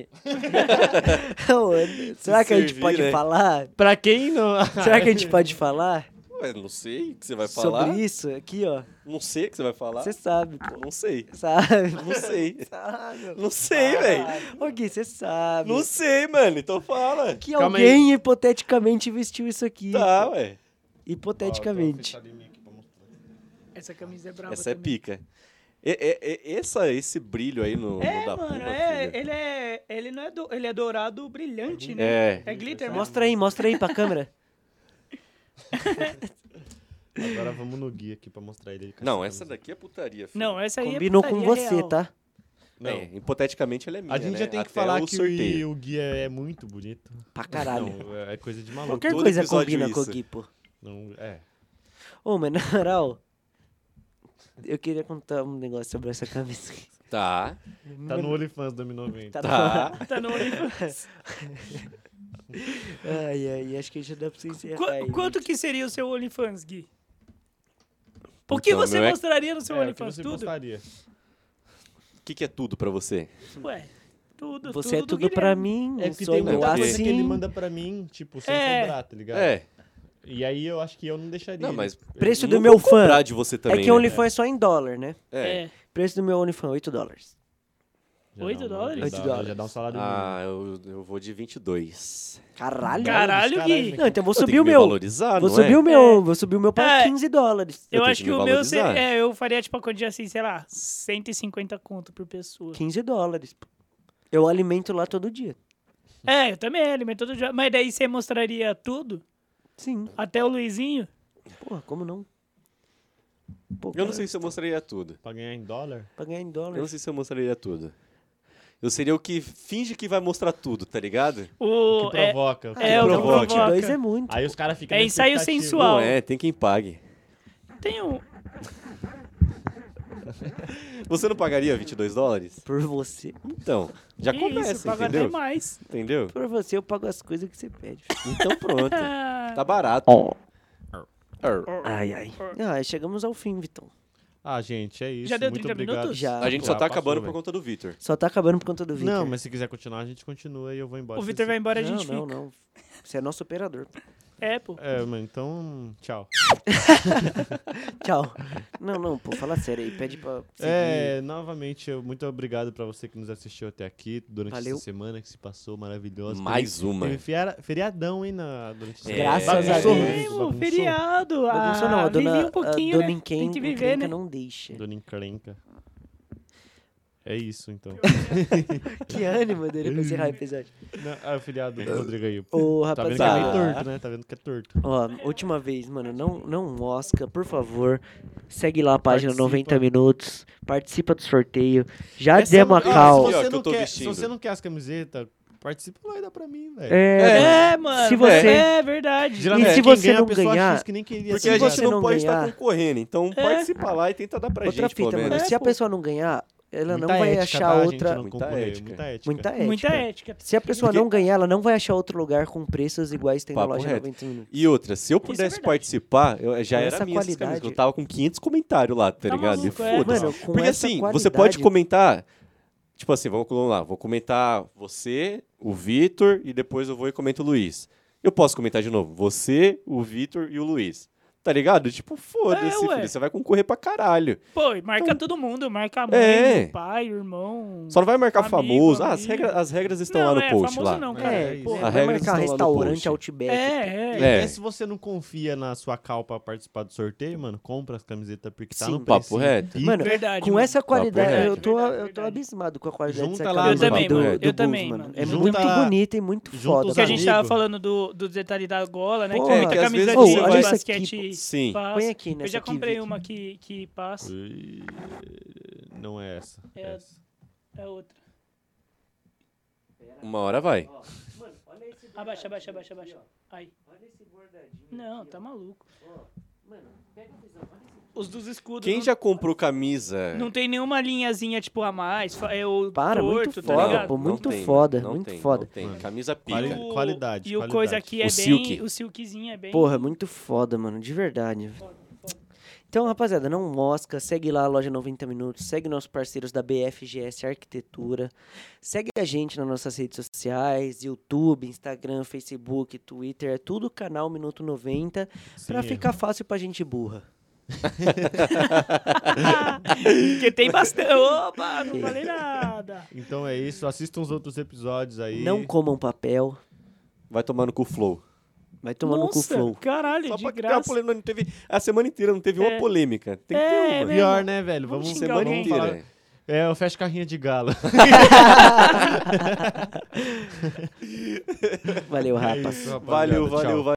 [SPEAKER 6] Ô, Será que a gente
[SPEAKER 5] Servir,
[SPEAKER 6] pode
[SPEAKER 5] né?
[SPEAKER 6] falar?
[SPEAKER 4] pra quem não...
[SPEAKER 6] Será que a gente pode falar
[SPEAKER 5] Ué, não sei o que você vai falar.
[SPEAKER 6] sobre isso aqui, ó?
[SPEAKER 5] Não sei o que você vai falar.
[SPEAKER 6] Você sabe, pô.
[SPEAKER 5] Não sei.
[SPEAKER 6] Sabe?
[SPEAKER 5] Não sei.
[SPEAKER 6] Sabe.
[SPEAKER 5] Não sei, velho.
[SPEAKER 6] Ô, Gui, você sabe.
[SPEAKER 5] Ah, Não sei, mano. Então fala.
[SPEAKER 6] Que
[SPEAKER 4] Calma aí.
[SPEAKER 6] alguém hipoteticamente vestiu isso aqui.
[SPEAKER 5] Tá, ué.
[SPEAKER 4] então,
[SPEAKER 6] Hipoteticamente.
[SPEAKER 2] Essa camisa é brava
[SPEAKER 5] Essa é
[SPEAKER 2] também.
[SPEAKER 5] pica. E, e- e- essa, esse brilho aí no, no
[SPEAKER 2] É,
[SPEAKER 5] da
[SPEAKER 2] mano,
[SPEAKER 5] pomba,
[SPEAKER 2] é,
[SPEAKER 5] filha.
[SPEAKER 2] ele é, ele não é, do, ele é dourado brilhante, né?
[SPEAKER 5] É.
[SPEAKER 2] É glitter, mano.
[SPEAKER 6] Mostra aí, mostra aí pra câmera.
[SPEAKER 4] Agora vamos no Gui aqui pra mostrar ele. com
[SPEAKER 5] Não, essa
[SPEAKER 4] camisa.
[SPEAKER 5] daqui é putaria, filho.
[SPEAKER 2] Não, essa aí
[SPEAKER 6] Combinou
[SPEAKER 2] é
[SPEAKER 6] com
[SPEAKER 2] putaria
[SPEAKER 6] você,
[SPEAKER 2] real.
[SPEAKER 6] tá?
[SPEAKER 5] É,
[SPEAKER 4] Não.
[SPEAKER 5] hipoteticamente ela é minha,
[SPEAKER 4] A gente
[SPEAKER 5] né?
[SPEAKER 4] já tem que
[SPEAKER 5] Até
[SPEAKER 4] falar
[SPEAKER 5] o
[SPEAKER 4] que
[SPEAKER 5] sorteio.
[SPEAKER 4] o, o Gui é, é muito bonito.
[SPEAKER 6] Pra caralho.
[SPEAKER 4] Não, é é coisa de maluco.
[SPEAKER 6] Qualquer
[SPEAKER 5] todo
[SPEAKER 6] coisa
[SPEAKER 5] episódio é
[SPEAKER 6] combina com o
[SPEAKER 5] isso.
[SPEAKER 6] Gui, pô.
[SPEAKER 4] Não, é.
[SPEAKER 6] Ô, mas na moral, eu queria contar um negócio sobre essa camisa. aqui.
[SPEAKER 5] Tá,
[SPEAKER 4] Tá no OnlyFans 2090.
[SPEAKER 6] Tá no-
[SPEAKER 5] tá.
[SPEAKER 2] Tá no olho.
[SPEAKER 6] Ai, ai, acho que já dá pra você encerrar
[SPEAKER 2] Qu-
[SPEAKER 6] aí.
[SPEAKER 2] quanto que seria o seu OnlyFans, Gui? O que
[SPEAKER 5] Então,
[SPEAKER 2] você
[SPEAKER 5] meu é-
[SPEAKER 2] mostraria no seu
[SPEAKER 4] É, o que
[SPEAKER 2] OnlyFans?
[SPEAKER 4] você
[SPEAKER 2] Tudo?
[SPEAKER 4] gostaria?
[SPEAKER 5] O que, que é tudo pra você?
[SPEAKER 2] Ué, tudo,
[SPEAKER 6] Você é
[SPEAKER 2] tudo do
[SPEAKER 6] tudo pra
[SPEAKER 2] Guilherme.
[SPEAKER 6] mim,
[SPEAKER 4] É
[SPEAKER 6] eu
[SPEAKER 4] porque
[SPEAKER 6] sou
[SPEAKER 4] tem muita
[SPEAKER 6] igual
[SPEAKER 5] porque-
[SPEAKER 4] coisa que ele
[SPEAKER 6] assim.
[SPEAKER 4] manda pra mim, tipo, sem
[SPEAKER 2] É.
[SPEAKER 4] cobrar, tá ligado?
[SPEAKER 5] É,
[SPEAKER 4] E aí eu acho que eu não deixaria.
[SPEAKER 5] não, mas...
[SPEAKER 6] Preço
[SPEAKER 5] não
[SPEAKER 6] do meu
[SPEAKER 5] vou
[SPEAKER 6] fã.
[SPEAKER 5] cobrar de você também,
[SPEAKER 6] é que
[SPEAKER 5] né?
[SPEAKER 6] OnlyFans é só em dólar, né?
[SPEAKER 5] É.
[SPEAKER 2] É.
[SPEAKER 6] Preço do meu OnlyFans, 8 dólares.
[SPEAKER 4] Já
[SPEAKER 2] Oito
[SPEAKER 4] não, não,
[SPEAKER 2] dólares?
[SPEAKER 4] já
[SPEAKER 6] Oito
[SPEAKER 4] dá-
[SPEAKER 6] dólares.
[SPEAKER 4] Já dá um salário mínimo.
[SPEAKER 5] Ah, eu, eu vou de 22.
[SPEAKER 6] Caralho.
[SPEAKER 2] Caralho, Gui.
[SPEAKER 6] Não, então eu vou
[SPEAKER 5] Eu tenho
[SPEAKER 6] subir
[SPEAKER 5] que
[SPEAKER 6] o
[SPEAKER 5] me
[SPEAKER 6] meu.
[SPEAKER 5] valorizar,
[SPEAKER 6] Vou
[SPEAKER 5] não
[SPEAKER 6] subir
[SPEAKER 5] é?
[SPEAKER 6] o meu,
[SPEAKER 2] É.
[SPEAKER 6] vou subir o meu pra
[SPEAKER 2] É.
[SPEAKER 6] 15 dólares.
[SPEAKER 2] Eu,
[SPEAKER 5] tenho
[SPEAKER 2] acho
[SPEAKER 5] que
[SPEAKER 2] que,
[SPEAKER 5] me
[SPEAKER 2] o meu
[SPEAKER 5] valorizar.
[SPEAKER 2] seria, é, eu faria tipo a quantia assim, sei lá, 150 conto por pessoa.
[SPEAKER 6] 15 dólares. pô. Eu alimento lá todo dia.
[SPEAKER 2] É, eu também alimento todo dia. Mas daí você mostraria tudo?
[SPEAKER 6] Sim.
[SPEAKER 2] Até o Luizinho?
[SPEAKER 6] Porra, como não? Pô,
[SPEAKER 5] Eu não
[SPEAKER 6] cara,
[SPEAKER 5] sei se eu mostraria tudo.
[SPEAKER 4] Pra ganhar em dólar?
[SPEAKER 6] Pra ganhar em
[SPEAKER 5] Eu não
[SPEAKER 6] dólares.
[SPEAKER 5] sei se eu mostraria tudo. Eu seria o que finge que vai mostrar tudo, tá ligado?
[SPEAKER 2] O,
[SPEAKER 4] que provoca.
[SPEAKER 6] Ah,
[SPEAKER 4] o que
[SPEAKER 2] é, o que
[SPEAKER 5] provoca.
[SPEAKER 2] provoca.
[SPEAKER 6] 22 é muito.
[SPEAKER 4] Aí os caras ficam.
[SPEAKER 2] É
[SPEAKER 4] na
[SPEAKER 2] ensaio
[SPEAKER 4] expectativa.
[SPEAKER 2] sensual.
[SPEAKER 5] Não
[SPEAKER 2] Uau.
[SPEAKER 5] é, tem quem pague.
[SPEAKER 2] é, tem um...
[SPEAKER 5] Você não pagaria 22 dólares?
[SPEAKER 6] Por você.
[SPEAKER 5] Então, já
[SPEAKER 2] que
[SPEAKER 5] começa,
[SPEAKER 2] isso, paga até
[SPEAKER 5] entendeu?
[SPEAKER 2] mais.
[SPEAKER 5] Entendeu?
[SPEAKER 6] Por você eu pago as coisas que você pede.
[SPEAKER 5] Então pronto.
[SPEAKER 2] Ah,
[SPEAKER 5] Tá barato. Arr.
[SPEAKER 6] Ai, ai. Ah, chegamos ao fim, Vitão.
[SPEAKER 4] Ah, gente, é isso.
[SPEAKER 2] Já deu
[SPEAKER 4] Muito
[SPEAKER 2] 30
[SPEAKER 4] obrigado.
[SPEAKER 2] minutos?
[SPEAKER 6] Já.
[SPEAKER 5] A gente só
[SPEAKER 4] Já
[SPEAKER 5] tá
[SPEAKER 4] passou,
[SPEAKER 5] acabando por
[SPEAKER 4] velho.
[SPEAKER 5] conta do Vitor.
[SPEAKER 6] Só tá acabando por conta do Vitor.
[SPEAKER 4] Não, mas se quiser continuar, a gente continua e eu vou embora.
[SPEAKER 2] o Vitor vai embora, a gente
[SPEAKER 6] não, não,
[SPEAKER 2] fica.
[SPEAKER 6] não. Você é nosso operador.
[SPEAKER 2] É, pô.
[SPEAKER 4] É, mas então, tchau.
[SPEAKER 6] Tchau. Não, não, pô, fala sério aí. Pede pra. seguir.
[SPEAKER 4] É, novamente, eu- muito obrigado pra você que nos assistiu até aqui durante
[SPEAKER 6] Valeu.
[SPEAKER 4] essa semana que se passou maravilhosa.
[SPEAKER 5] Mais
[SPEAKER 4] Teve-
[SPEAKER 5] uma.
[SPEAKER 4] Teve fiera- feriadão, hein, na, durante essa
[SPEAKER 5] É.
[SPEAKER 4] semana.
[SPEAKER 6] Graças a
[SPEAKER 4] Bagunçou,
[SPEAKER 6] Deus.
[SPEAKER 4] bagunçou.
[SPEAKER 2] Mesmo, um feriado. Ah,
[SPEAKER 6] Bagunçou não, a dona,
[SPEAKER 2] vivi um pouquinho,
[SPEAKER 6] a dona
[SPEAKER 2] né?
[SPEAKER 6] Enken-
[SPEAKER 2] Tem que viver,
[SPEAKER 6] Encrenca
[SPEAKER 2] né?
[SPEAKER 6] não deixa.
[SPEAKER 4] Dona encrenca. É isso, então.
[SPEAKER 6] Que ânimo dele pra encerrar o episódio.
[SPEAKER 4] Não, ah, o filiado do Rodrigo aí.
[SPEAKER 6] Ô,
[SPEAKER 4] Tá vendo que é meio
[SPEAKER 6] rapaziada.
[SPEAKER 4] torto, né? Tá vendo que é torto.
[SPEAKER 6] Ó, última vez, mano, não, não mosca, por favor. Segue lá a página
[SPEAKER 4] Participa.
[SPEAKER 6] 90 Minutos, participa do sorteio. Já
[SPEAKER 5] Essa é
[SPEAKER 6] demos
[SPEAKER 5] uma-
[SPEAKER 6] a
[SPEAKER 5] Ah,
[SPEAKER 6] cal.
[SPEAKER 4] se,
[SPEAKER 5] Aqui, ó,
[SPEAKER 4] você
[SPEAKER 5] que eu
[SPEAKER 4] não
[SPEAKER 5] tô
[SPEAKER 4] quer, se
[SPEAKER 5] vestindo.
[SPEAKER 4] você não quer as camisetas, participa lá e dá pra mim, velho.
[SPEAKER 6] É,
[SPEAKER 2] É, mano.
[SPEAKER 6] Se você-
[SPEAKER 2] É verdade.
[SPEAKER 4] Geralmente,
[SPEAKER 6] E se
[SPEAKER 4] quem
[SPEAKER 6] você
[SPEAKER 4] ganha, a
[SPEAKER 6] não
[SPEAKER 4] pessoa acha
[SPEAKER 6] ganhar-
[SPEAKER 4] isso que nem queria
[SPEAKER 5] Porque
[SPEAKER 4] ser
[SPEAKER 5] a gente
[SPEAKER 6] se
[SPEAKER 4] jogada.
[SPEAKER 6] você
[SPEAKER 5] não,
[SPEAKER 6] não
[SPEAKER 5] pode
[SPEAKER 6] ganhar-
[SPEAKER 5] estar concorrendo. Então participa lá e tenta dar pra
[SPEAKER 6] outra
[SPEAKER 5] gente,
[SPEAKER 6] fita,
[SPEAKER 5] pelo
[SPEAKER 6] mano.
[SPEAKER 5] menos.
[SPEAKER 2] É,
[SPEAKER 6] se a
[SPEAKER 2] pô.
[SPEAKER 6] pessoa não ganhar, Ela
[SPEAKER 4] Muita
[SPEAKER 6] não vai
[SPEAKER 4] ética,
[SPEAKER 6] achar
[SPEAKER 4] tá, gente?
[SPEAKER 6] outra.
[SPEAKER 4] Não
[SPEAKER 5] Muita
[SPEAKER 4] conclui,
[SPEAKER 5] ética.
[SPEAKER 4] Muita ética.
[SPEAKER 6] Muita é ética.
[SPEAKER 2] Muita ética.
[SPEAKER 6] Se a pessoa
[SPEAKER 5] Porque-
[SPEAKER 6] não ganhar, ela não vai achar outro lugar com preços iguais tem na
[SPEAKER 5] Papo
[SPEAKER 6] loja
[SPEAKER 5] reto.
[SPEAKER 6] 90 minutos.
[SPEAKER 5] E outra, se eu
[SPEAKER 2] é
[SPEAKER 5] pudesse
[SPEAKER 2] verdade.
[SPEAKER 5] participar, eu já era
[SPEAKER 6] Com essa
[SPEAKER 5] minha essas camisas,
[SPEAKER 6] qualidade-
[SPEAKER 5] Eu tava com 500 comentários lá, tá,
[SPEAKER 2] Tá
[SPEAKER 5] ligado?
[SPEAKER 2] maluco,
[SPEAKER 5] e
[SPEAKER 2] é.
[SPEAKER 5] foda-se.
[SPEAKER 6] Mano, com
[SPEAKER 5] Porque
[SPEAKER 6] essa
[SPEAKER 5] assim,
[SPEAKER 6] qualidade,
[SPEAKER 5] você pode comentar. Tipo assim, vamos lá, vou comentar você, o Vitor, e depois eu vou e comento o Luiz. Eu posso comentar de novo, você, o Vitor e o Luiz. Tá ligado? Tipo,
[SPEAKER 2] É,
[SPEAKER 5] foda-se,
[SPEAKER 2] ué.
[SPEAKER 5] filho. Você vai concorrer pra caralho.
[SPEAKER 2] Pô, e marca todo mundo. Marca a mãe,
[SPEAKER 5] É.
[SPEAKER 2] o pai, o irmão.
[SPEAKER 5] Só não vai marcar
[SPEAKER 2] Amigo,
[SPEAKER 5] famoso. Ah, as
[SPEAKER 2] amigo.
[SPEAKER 5] regras, as regras estão
[SPEAKER 2] Não,
[SPEAKER 5] lá no
[SPEAKER 2] é,
[SPEAKER 5] post
[SPEAKER 2] famoso
[SPEAKER 5] lá.
[SPEAKER 2] não, cara.
[SPEAKER 6] É,
[SPEAKER 4] É,
[SPEAKER 6] pô,
[SPEAKER 4] a
[SPEAKER 6] vai
[SPEAKER 5] regra
[SPEAKER 6] marcar
[SPEAKER 5] está lá no
[SPEAKER 6] restaurante,
[SPEAKER 5] post.
[SPEAKER 6] Outback.
[SPEAKER 2] É, é.
[SPEAKER 5] É.
[SPEAKER 4] Até se você não confia na sua cal pra participar do sorteio, mano, compra as camisetas porque tá
[SPEAKER 6] Sim.
[SPEAKER 4] no preço.
[SPEAKER 5] Papo reto.
[SPEAKER 6] Mano,
[SPEAKER 2] Verdade.
[SPEAKER 6] com
[SPEAKER 2] mano.
[SPEAKER 6] essa qualidade,
[SPEAKER 5] reto.
[SPEAKER 6] eu tô,
[SPEAKER 2] Verdade,
[SPEAKER 6] eu tô
[SPEAKER 2] verdade.
[SPEAKER 6] abismado com a qualidade
[SPEAKER 4] Junta
[SPEAKER 6] dessa
[SPEAKER 4] lá,
[SPEAKER 6] camisa
[SPEAKER 2] mano.
[SPEAKER 6] aqui do,
[SPEAKER 5] Eu também,
[SPEAKER 6] do
[SPEAKER 2] eu
[SPEAKER 6] Bulls,
[SPEAKER 2] também,
[SPEAKER 6] mano.
[SPEAKER 2] mano.
[SPEAKER 6] É
[SPEAKER 4] Junta-
[SPEAKER 6] muito bonita e muito
[SPEAKER 4] junta
[SPEAKER 6] foda.
[SPEAKER 4] os
[SPEAKER 2] Porque a
[SPEAKER 6] mano.
[SPEAKER 2] gente tava
[SPEAKER 4] amigo.
[SPEAKER 2] falando do, do detalhe da gola, né?
[SPEAKER 6] Porra.
[SPEAKER 2] que
[SPEAKER 5] É, que
[SPEAKER 2] muita
[SPEAKER 5] às
[SPEAKER 2] camisa
[SPEAKER 5] vezes
[SPEAKER 2] de
[SPEAKER 5] você
[SPEAKER 6] vai-
[SPEAKER 2] basquete.
[SPEAKER 5] Sim.
[SPEAKER 2] passa.
[SPEAKER 6] tipo, Põe aqui
[SPEAKER 2] tá Eu
[SPEAKER 6] nessa
[SPEAKER 2] já
[SPEAKER 6] aqui,
[SPEAKER 2] comprei
[SPEAKER 6] Vicky.
[SPEAKER 2] uma que, que passa.
[SPEAKER 4] E- Não é essa.
[SPEAKER 2] É.
[SPEAKER 4] essa.
[SPEAKER 2] É outra.
[SPEAKER 5] Uma hora vai.
[SPEAKER 2] Abaixa, abaixa, abaixa, abaixa. Aí. Não, tá maluco. Os dos escudos.
[SPEAKER 5] Quem
[SPEAKER 2] não-
[SPEAKER 5] já comprou camisa?
[SPEAKER 2] Não tem nenhuma linhazinha, tipo, a mais. fa- É o
[SPEAKER 6] Para, muito
[SPEAKER 2] torto,
[SPEAKER 6] foda,
[SPEAKER 2] tá ligado?
[SPEAKER 6] pô. muito
[SPEAKER 5] tem, né?
[SPEAKER 6] foda,
[SPEAKER 5] não
[SPEAKER 6] muito
[SPEAKER 5] tem,
[SPEAKER 6] foda.
[SPEAKER 5] Não tem. Camisa
[SPEAKER 2] E
[SPEAKER 5] pica.
[SPEAKER 4] Quali- qualidade,
[SPEAKER 2] E o
[SPEAKER 4] qualidade.
[SPEAKER 2] coisa aqui é bem.
[SPEAKER 5] O silk.
[SPEAKER 2] O silkzinho é bem.
[SPEAKER 6] Porra, muito foda, mano. De verdade. Então, rapaziada, não mosca. Segue lá a loja 90 Minutos. Segue nossos parceiros da BFGS Arquitetura. Segue a gente nas nossas redes sociais: YouTube, Instagram, Facebook, Twitter. É tudo canal Minuto 90. Pra
[SPEAKER 4] Sim. é.
[SPEAKER 6] ficar fácil pra gente burra.
[SPEAKER 2] Porque tem bastante. Opa, não falei nada.
[SPEAKER 4] Então é isso. Assistam os outros episódios aí.
[SPEAKER 6] Não comam papel.
[SPEAKER 5] Vai tomar no cu flow.
[SPEAKER 6] Vai tomar no cu
[SPEAKER 2] Nossa,
[SPEAKER 6] flow.
[SPEAKER 2] Caralho,
[SPEAKER 5] Só
[SPEAKER 2] de
[SPEAKER 5] pra criar
[SPEAKER 2] graça.
[SPEAKER 5] polêmica. Não teve, a semana inteira não teve
[SPEAKER 2] É.
[SPEAKER 5] uma polêmica. Tem que
[SPEAKER 2] É,
[SPEAKER 5] ter uma.
[SPEAKER 2] velho.
[SPEAKER 4] Pior, né, velho?
[SPEAKER 2] Vamos
[SPEAKER 4] Vamos,
[SPEAKER 2] xingar
[SPEAKER 5] Semana
[SPEAKER 2] alguém.
[SPEAKER 4] vamos falar-
[SPEAKER 5] inteira.
[SPEAKER 4] É, eu fecho carrinha de galo.
[SPEAKER 6] Valeu,
[SPEAKER 4] É
[SPEAKER 6] rapaz.
[SPEAKER 4] isso, rapaziada.
[SPEAKER 5] Valeu,
[SPEAKER 4] Tchau.
[SPEAKER 5] valeu, valeu.